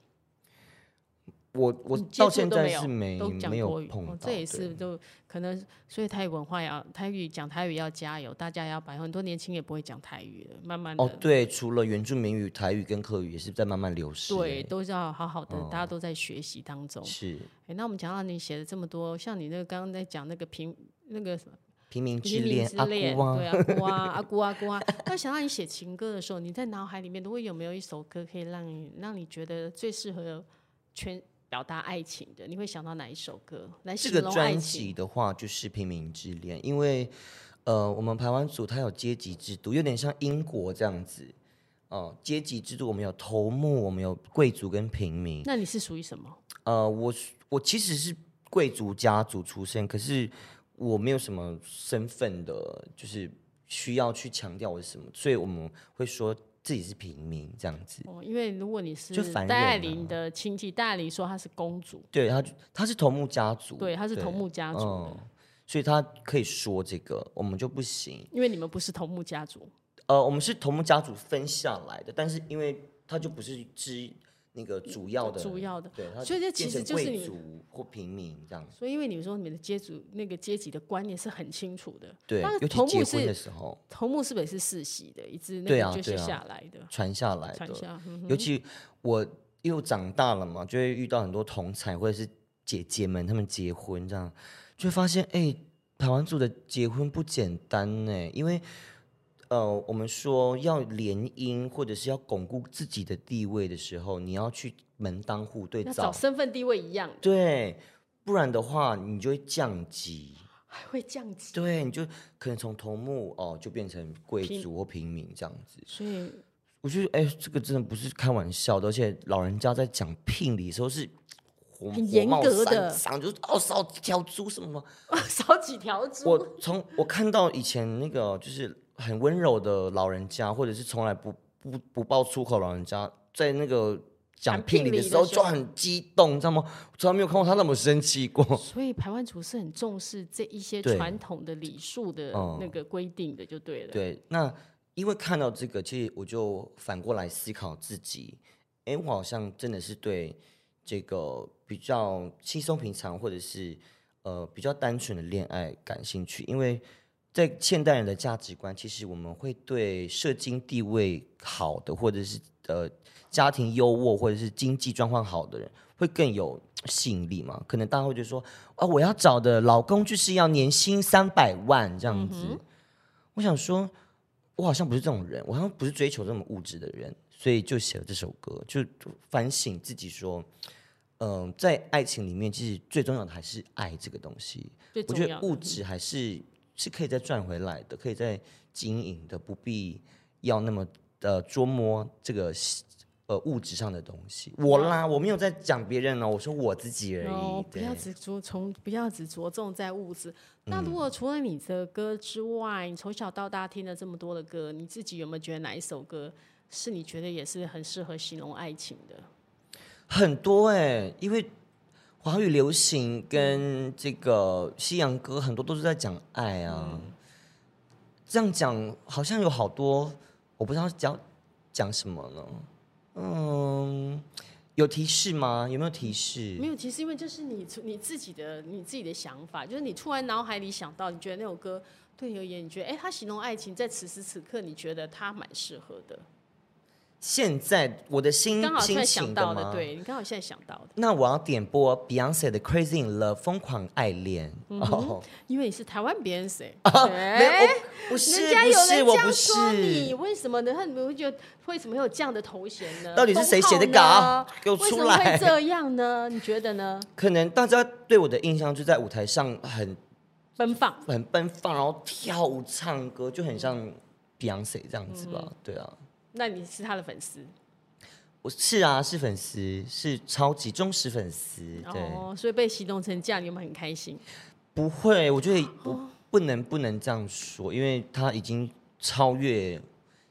[SPEAKER 2] 我我
[SPEAKER 1] 你接
[SPEAKER 2] 到
[SPEAKER 1] 触
[SPEAKER 2] 现
[SPEAKER 1] 都
[SPEAKER 2] 在
[SPEAKER 1] 没有
[SPEAKER 2] 是没
[SPEAKER 1] 都讲
[SPEAKER 2] 没有
[SPEAKER 1] 国语，
[SPEAKER 2] 碰到
[SPEAKER 1] 哦
[SPEAKER 2] 的，
[SPEAKER 1] 这也是就可能，所以台语文化要台语讲台语要加油，大家要把很多年轻也不会讲台语了，慢慢的、
[SPEAKER 2] 哦，对，除了原住民语、台语跟客语也是在慢慢流失欸，
[SPEAKER 1] 对，都要好好的，大家都在学习当中。
[SPEAKER 2] 是
[SPEAKER 1] 哎，那我们讲到你写了这么多，像你那个刚刚在讲那个平那个什么
[SPEAKER 2] 平民之
[SPEAKER 1] 黎明
[SPEAKER 2] 恋
[SPEAKER 1] 之
[SPEAKER 2] 阿
[SPEAKER 1] 恋，
[SPEAKER 2] 姑啊，
[SPEAKER 1] 对阿姑 啊阿姑啊阿姑啊，那想到你写情歌的时候，你在脑海里面都会有没有一首歌可以让你让你觉得最适合全表达爱情的？你会想到哪一首歌来
[SPEAKER 2] 这
[SPEAKER 1] 形
[SPEAKER 2] 个
[SPEAKER 1] 容爱
[SPEAKER 2] 专
[SPEAKER 1] 情？
[SPEAKER 2] 辑的话，就是《平民之恋》，因为呃，我们排湾组它有阶级制度，有点像英国这样子。哦、阶级制度我们有头目，我们有贵族跟平民。
[SPEAKER 1] 那你是属于什么？
[SPEAKER 2] 呃，我是我其实是贵族家族出身，可是我没有什么身份的，就是需要去强调我是什么，所以我们会说自己是平民这样子。
[SPEAKER 1] 哦，因为如果你是
[SPEAKER 2] 就凡人
[SPEAKER 1] 戴爱
[SPEAKER 2] 啊
[SPEAKER 1] 玲的亲戚，戴爱玲说她是公主，
[SPEAKER 2] 对，他就他是头目家族，
[SPEAKER 1] 对，她是头目家族的，
[SPEAKER 2] 嗯，所以他可以说这个，我们就不行。
[SPEAKER 1] 因为你们不是头目家族，
[SPEAKER 2] 呃，我们是头目家族分下来的，但是因为它就不是之那个主要的，
[SPEAKER 1] 主要的。
[SPEAKER 2] 对，它
[SPEAKER 1] 所以这
[SPEAKER 2] 变
[SPEAKER 1] 其实
[SPEAKER 2] 成
[SPEAKER 1] 就是
[SPEAKER 2] 贵
[SPEAKER 1] 你
[SPEAKER 2] 族或平民这样子。
[SPEAKER 1] 所以因为你说你们的阶族那个阶级的观念是很清楚的，
[SPEAKER 2] 对
[SPEAKER 1] 那，
[SPEAKER 2] 尤
[SPEAKER 1] 头
[SPEAKER 2] 其
[SPEAKER 1] 目
[SPEAKER 2] 结婚
[SPEAKER 1] 是
[SPEAKER 2] 的时候
[SPEAKER 1] 头目是不是也是世袭的，一直那
[SPEAKER 2] 对啊
[SPEAKER 1] 个就是
[SPEAKER 2] 对啊
[SPEAKER 1] 下来的，
[SPEAKER 2] 传下来
[SPEAKER 1] 传
[SPEAKER 2] 的，
[SPEAKER 1] 下。嗯哼
[SPEAKER 2] 尤其我因为我长大了嘛，就会遇到很多同才或者是姐姐们，她们结婚这样，就会发现哎、台湾族的结婚不简单呢、因为。呃，我们说要联姻或者是要巩固自己的地位的时候，你要去门当户对
[SPEAKER 1] 要
[SPEAKER 2] 找
[SPEAKER 1] 找身份地位一样，
[SPEAKER 2] 对，不然的话你就会降级。
[SPEAKER 1] 还会降级。
[SPEAKER 2] 对，你就可能从头目哦，就变成贵
[SPEAKER 1] 平
[SPEAKER 2] 族或平民这样子。
[SPEAKER 1] 所以
[SPEAKER 2] 我觉得，哎，这个真的不是开玩笑的，而且老人家在讲聘礼的时候是火
[SPEAKER 1] 很严格的
[SPEAKER 2] 长就是哦少条猪什么什么。
[SPEAKER 1] 少几条猪，
[SPEAKER 2] 我从我看到以前那个就是很温柔的老人家，或者是从来不不不爆粗口老人家，在那个讲
[SPEAKER 1] 讲聘
[SPEAKER 2] 聘
[SPEAKER 1] 礼
[SPEAKER 2] 礼的
[SPEAKER 1] 的
[SPEAKER 2] 时候
[SPEAKER 1] 时
[SPEAKER 2] 就
[SPEAKER 1] 候
[SPEAKER 2] 很激动，你知道吗？我从来没有看过他那么生气过。
[SPEAKER 1] 所以排湾族是很重视这一些
[SPEAKER 2] 对
[SPEAKER 1] 传统的礼数的
[SPEAKER 2] 嗯
[SPEAKER 1] 那个规定的，就对了。
[SPEAKER 2] 对，那因为看到这个，其实我就反过来思考自己，哎，我好像真的是对这个比较轻松平常，或者是呃比较单纯的恋爱感兴趣，因为。在现代人的价值观，其实我们会对社经地位好的，或者是呃家庭优渥，或者是经济状况好的人，会更有吸引力嘛？可能大家会觉得说，啊，我要找的老公就是要年薪三百万这样子。我想说，我好像不是这种人，我好像不是追求这么物质的人，所以就写了这首歌，就反省自己说，嗯、在爱情里面，其实最重要的还是爱这个东西。
[SPEAKER 1] 最
[SPEAKER 2] 我
[SPEAKER 1] 重
[SPEAKER 2] 觉
[SPEAKER 1] 要
[SPEAKER 2] 得
[SPEAKER 1] 的嗯
[SPEAKER 2] 物质还是是可以再赚回来的，可以再经营的，不必要那么呃捉摸这个呃物质上的东西。我啦，我没有在讲别人哦，我说我自己而已。
[SPEAKER 1] 嗯哦，不
[SPEAKER 2] 对
[SPEAKER 1] 要只着从不要只着重在物质。那如
[SPEAKER 2] 嗯
[SPEAKER 1] 果除了你的歌之外，你从小到大听了这么多的歌，你自己有没有觉得哪一首歌是你觉得也是很适合形容爱情的？
[SPEAKER 2] 很多哎、因为华语流行跟这个西洋歌很多都是在讲爱啊。这样讲好像有好多，我不知道讲讲什么呢？嗯，有提示吗？有没有提示
[SPEAKER 1] 没？有，其实因为这是你出你自己的你自己的想法，就是你突然脑海里想到，你觉得那首歌对你而言，你觉得哎，它形容爱情，在此时此刻，你觉得它蛮适合的。
[SPEAKER 2] 现在我的心
[SPEAKER 1] 刚好突
[SPEAKER 2] 心
[SPEAKER 1] 然
[SPEAKER 2] 嗯情
[SPEAKER 1] 想到
[SPEAKER 2] 吗？
[SPEAKER 1] 的，。对你刚好现在想到的，
[SPEAKER 2] 那我要点播 Beyonce 的《Crazy in Love》疯狂爱恋。
[SPEAKER 1] 嗯
[SPEAKER 2] 哦，
[SPEAKER 1] 因为你是台湾别人谁？
[SPEAKER 2] 没有，
[SPEAKER 1] 对
[SPEAKER 2] 我不是
[SPEAKER 1] 哎人家有
[SPEAKER 2] 不是
[SPEAKER 1] 人这
[SPEAKER 2] 我不
[SPEAKER 1] 样说你，
[SPEAKER 2] 是，
[SPEAKER 1] 为什么呢？他们会觉得为什么会有这样的头衔呢？
[SPEAKER 2] 到底是谁写的
[SPEAKER 1] 封号呢
[SPEAKER 2] 稿给我出
[SPEAKER 1] 为什么会
[SPEAKER 2] 来
[SPEAKER 1] 这样呢？你觉得呢？
[SPEAKER 2] 可能大家对我的印象就在舞台上很
[SPEAKER 1] 奔放，
[SPEAKER 2] 很奔放，然后跳舞唱歌，就很像 Beyonce 这样子吧？对啊，
[SPEAKER 1] 那你是他的粉丝
[SPEAKER 2] 我是啊，是粉丝，是超级忠实粉丝。对，
[SPEAKER 1] 哦，所以被形容成这样，你有没有很开心？
[SPEAKER 2] 不会，我觉得不不能不能这样说，因为他已经超越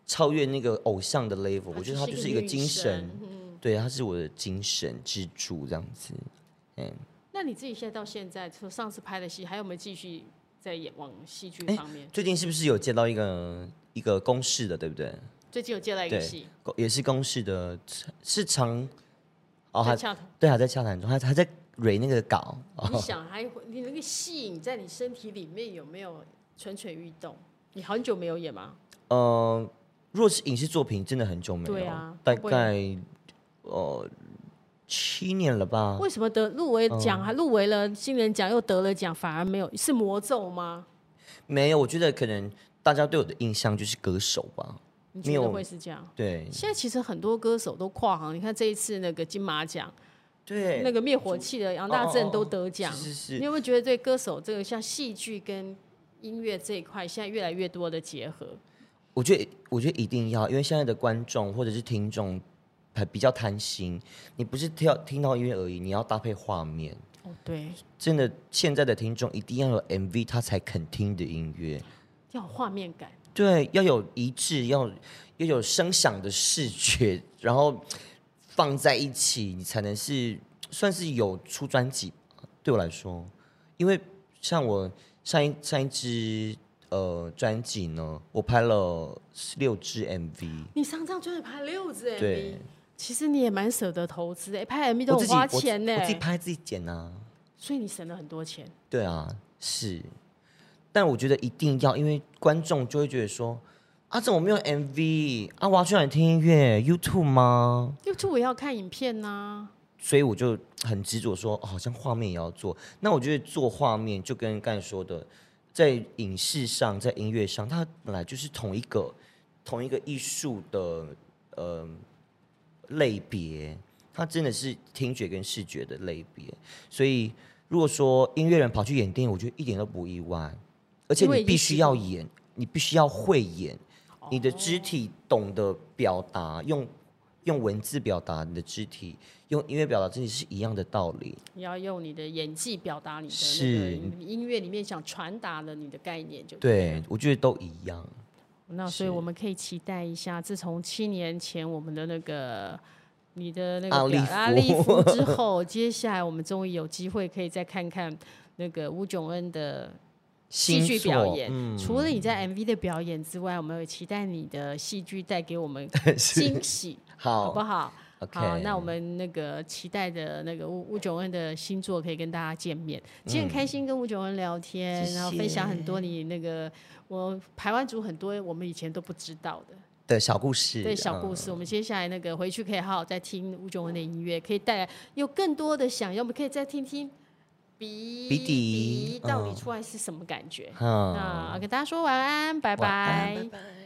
[SPEAKER 2] 超越那个偶像的 level，我觉得他就是一个
[SPEAKER 1] 女
[SPEAKER 2] 精神
[SPEAKER 1] 神。嗯，
[SPEAKER 2] 对，他是我的精神支柱，这样子。
[SPEAKER 1] 那你自己现在到现在，从上次拍的戏，还有没有继续在演往戏剧
[SPEAKER 2] 哎
[SPEAKER 1] 方面？
[SPEAKER 2] 最近是不是有接到一个一个公式的，对不对？
[SPEAKER 1] 最近有接到一个
[SPEAKER 2] 对
[SPEAKER 1] 戏，
[SPEAKER 2] 公也是公式的，是长
[SPEAKER 1] 在
[SPEAKER 2] 哦，还
[SPEAKER 1] 洽谈。
[SPEAKER 2] 对还在洽谈中，还还在蕊那个稿。
[SPEAKER 1] 你
[SPEAKER 2] 哦，
[SPEAKER 1] 想还会你那个戏影在你身体里面有没有蠢蠢欲动？你很久没有演吗？
[SPEAKER 2] 呃，若是影视作品，真的很久没有，
[SPEAKER 1] 对啊
[SPEAKER 2] 大
[SPEAKER 1] 会不会
[SPEAKER 2] 概呃七年了吧。
[SPEAKER 1] 为什么得入围
[SPEAKER 2] 嗯
[SPEAKER 1] 奖还入围了新人奖又得了奖，反而没有？是魔咒吗？
[SPEAKER 2] 没有，我觉得可能大家对我的印象就是歌手吧。
[SPEAKER 1] 你
[SPEAKER 2] 没
[SPEAKER 1] 觉得
[SPEAKER 2] 有嗯
[SPEAKER 1] 会是这样？
[SPEAKER 2] 对
[SPEAKER 1] 现在其实很多歌手都跨行，你看这一次那个金马奖，
[SPEAKER 2] 对，哦
[SPEAKER 1] 那个灭火器的杨大正都得奖。
[SPEAKER 2] 是是
[SPEAKER 1] 你
[SPEAKER 2] 是，
[SPEAKER 1] 有没有觉得对歌手这个像戏剧跟音乐这一块，现在越来越多的结合？
[SPEAKER 2] 我觉得我觉得一定要，因为现在的观众或者是听众还比较贪心，你不是听到听到音乐而已，你要搭配画面。
[SPEAKER 1] 哦，对，
[SPEAKER 2] 真的，现在的听众一定要有 MV，他才肯听的音乐。
[SPEAKER 1] 要有画面感。
[SPEAKER 2] 对，要有一致，要要有声响的视觉，然后放在一起，你才能是算是有出专辑吧。对我来说，因为像我上一上一支呃专辑呢，我拍了六支 MV，
[SPEAKER 1] 你上张专辑拍六支 MV，
[SPEAKER 2] 对
[SPEAKER 1] 其实你也蛮舍得投资的、哎拍 MV 都
[SPEAKER 2] 我
[SPEAKER 1] 很
[SPEAKER 2] 自己
[SPEAKER 1] 花
[SPEAKER 2] 我自
[SPEAKER 1] 钱呢、
[SPEAKER 2] 我自己拍自己剪啊。
[SPEAKER 1] 所以你省了很多钱。
[SPEAKER 2] 对啊，是，但我觉得一定要，因为观众就会觉得说。啊，怎么没有 MV？啊，我要去哪里听音乐？YouTube 吗？
[SPEAKER 1] YouTube 我要看影片呐、
[SPEAKER 2] 所以我就很执着说，哦好像画面也要做。那我觉得做画面就跟刚才说的，在影视上，在音乐上，它本来就是同一个同一个艺术的呃类别，它真的是听觉跟视觉的类别。所以如果说音乐人跑去演电影，我觉得一点都不意外，而且
[SPEAKER 1] 因为已经
[SPEAKER 2] 你
[SPEAKER 1] 哦
[SPEAKER 2] 必须
[SPEAKER 1] 习
[SPEAKER 2] 要
[SPEAKER 1] 惯
[SPEAKER 2] 演，你必须要会演，你的肢体懂得表达，用用文字表达你的肢体，用音乐表达肢体是一样的道理。
[SPEAKER 1] 你要用你的演技表达你的那个
[SPEAKER 2] 是
[SPEAKER 1] 你音乐里面想传达的你的概念就了
[SPEAKER 2] 对，我觉得都一样。
[SPEAKER 1] 那所以我们可以期待一下，自从七年前我们的那个你的那
[SPEAKER 2] 奥
[SPEAKER 1] 个
[SPEAKER 2] 利
[SPEAKER 1] 表
[SPEAKER 2] 弗
[SPEAKER 1] 阿利夫之 后，接下来我们终于有机会可以再看看那个吴炯恩的戏
[SPEAKER 2] 星
[SPEAKER 1] 剧
[SPEAKER 2] 座
[SPEAKER 1] 表 演。
[SPEAKER 2] 嗯，
[SPEAKER 1] 除了你在 MV 的表演之外，我们也期待你的戏剧带给我 们惊喜，好
[SPEAKER 2] 好
[SPEAKER 1] 不好？
[SPEAKER 2] o k
[SPEAKER 1] 好，那我们那个期待的那个吴吴炯恩的星座可以跟大家见面。今天很开心跟吴炯恩聊天，
[SPEAKER 2] 嗯谢谢
[SPEAKER 1] 然后分享很多你那个我台湾族很多我们以前都不知道的
[SPEAKER 2] 的小故事，
[SPEAKER 1] 对小故
[SPEAKER 2] 嗯
[SPEAKER 1] 事。我们接下来那个回去可以好好再听吴炯恩的音乐，可以带来有更多的想要，我们可以再听听鼻
[SPEAKER 2] 鼻底
[SPEAKER 1] 到底
[SPEAKER 2] 嗯
[SPEAKER 1] 出来是什么感觉。
[SPEAKER 2] 嗯
[SPEAKER 1] 那跟大家说晚安，拜
[SPEAKER 2] 晚安
[SPEAKER 1] 拜
[SPEAKER 2] 拜拜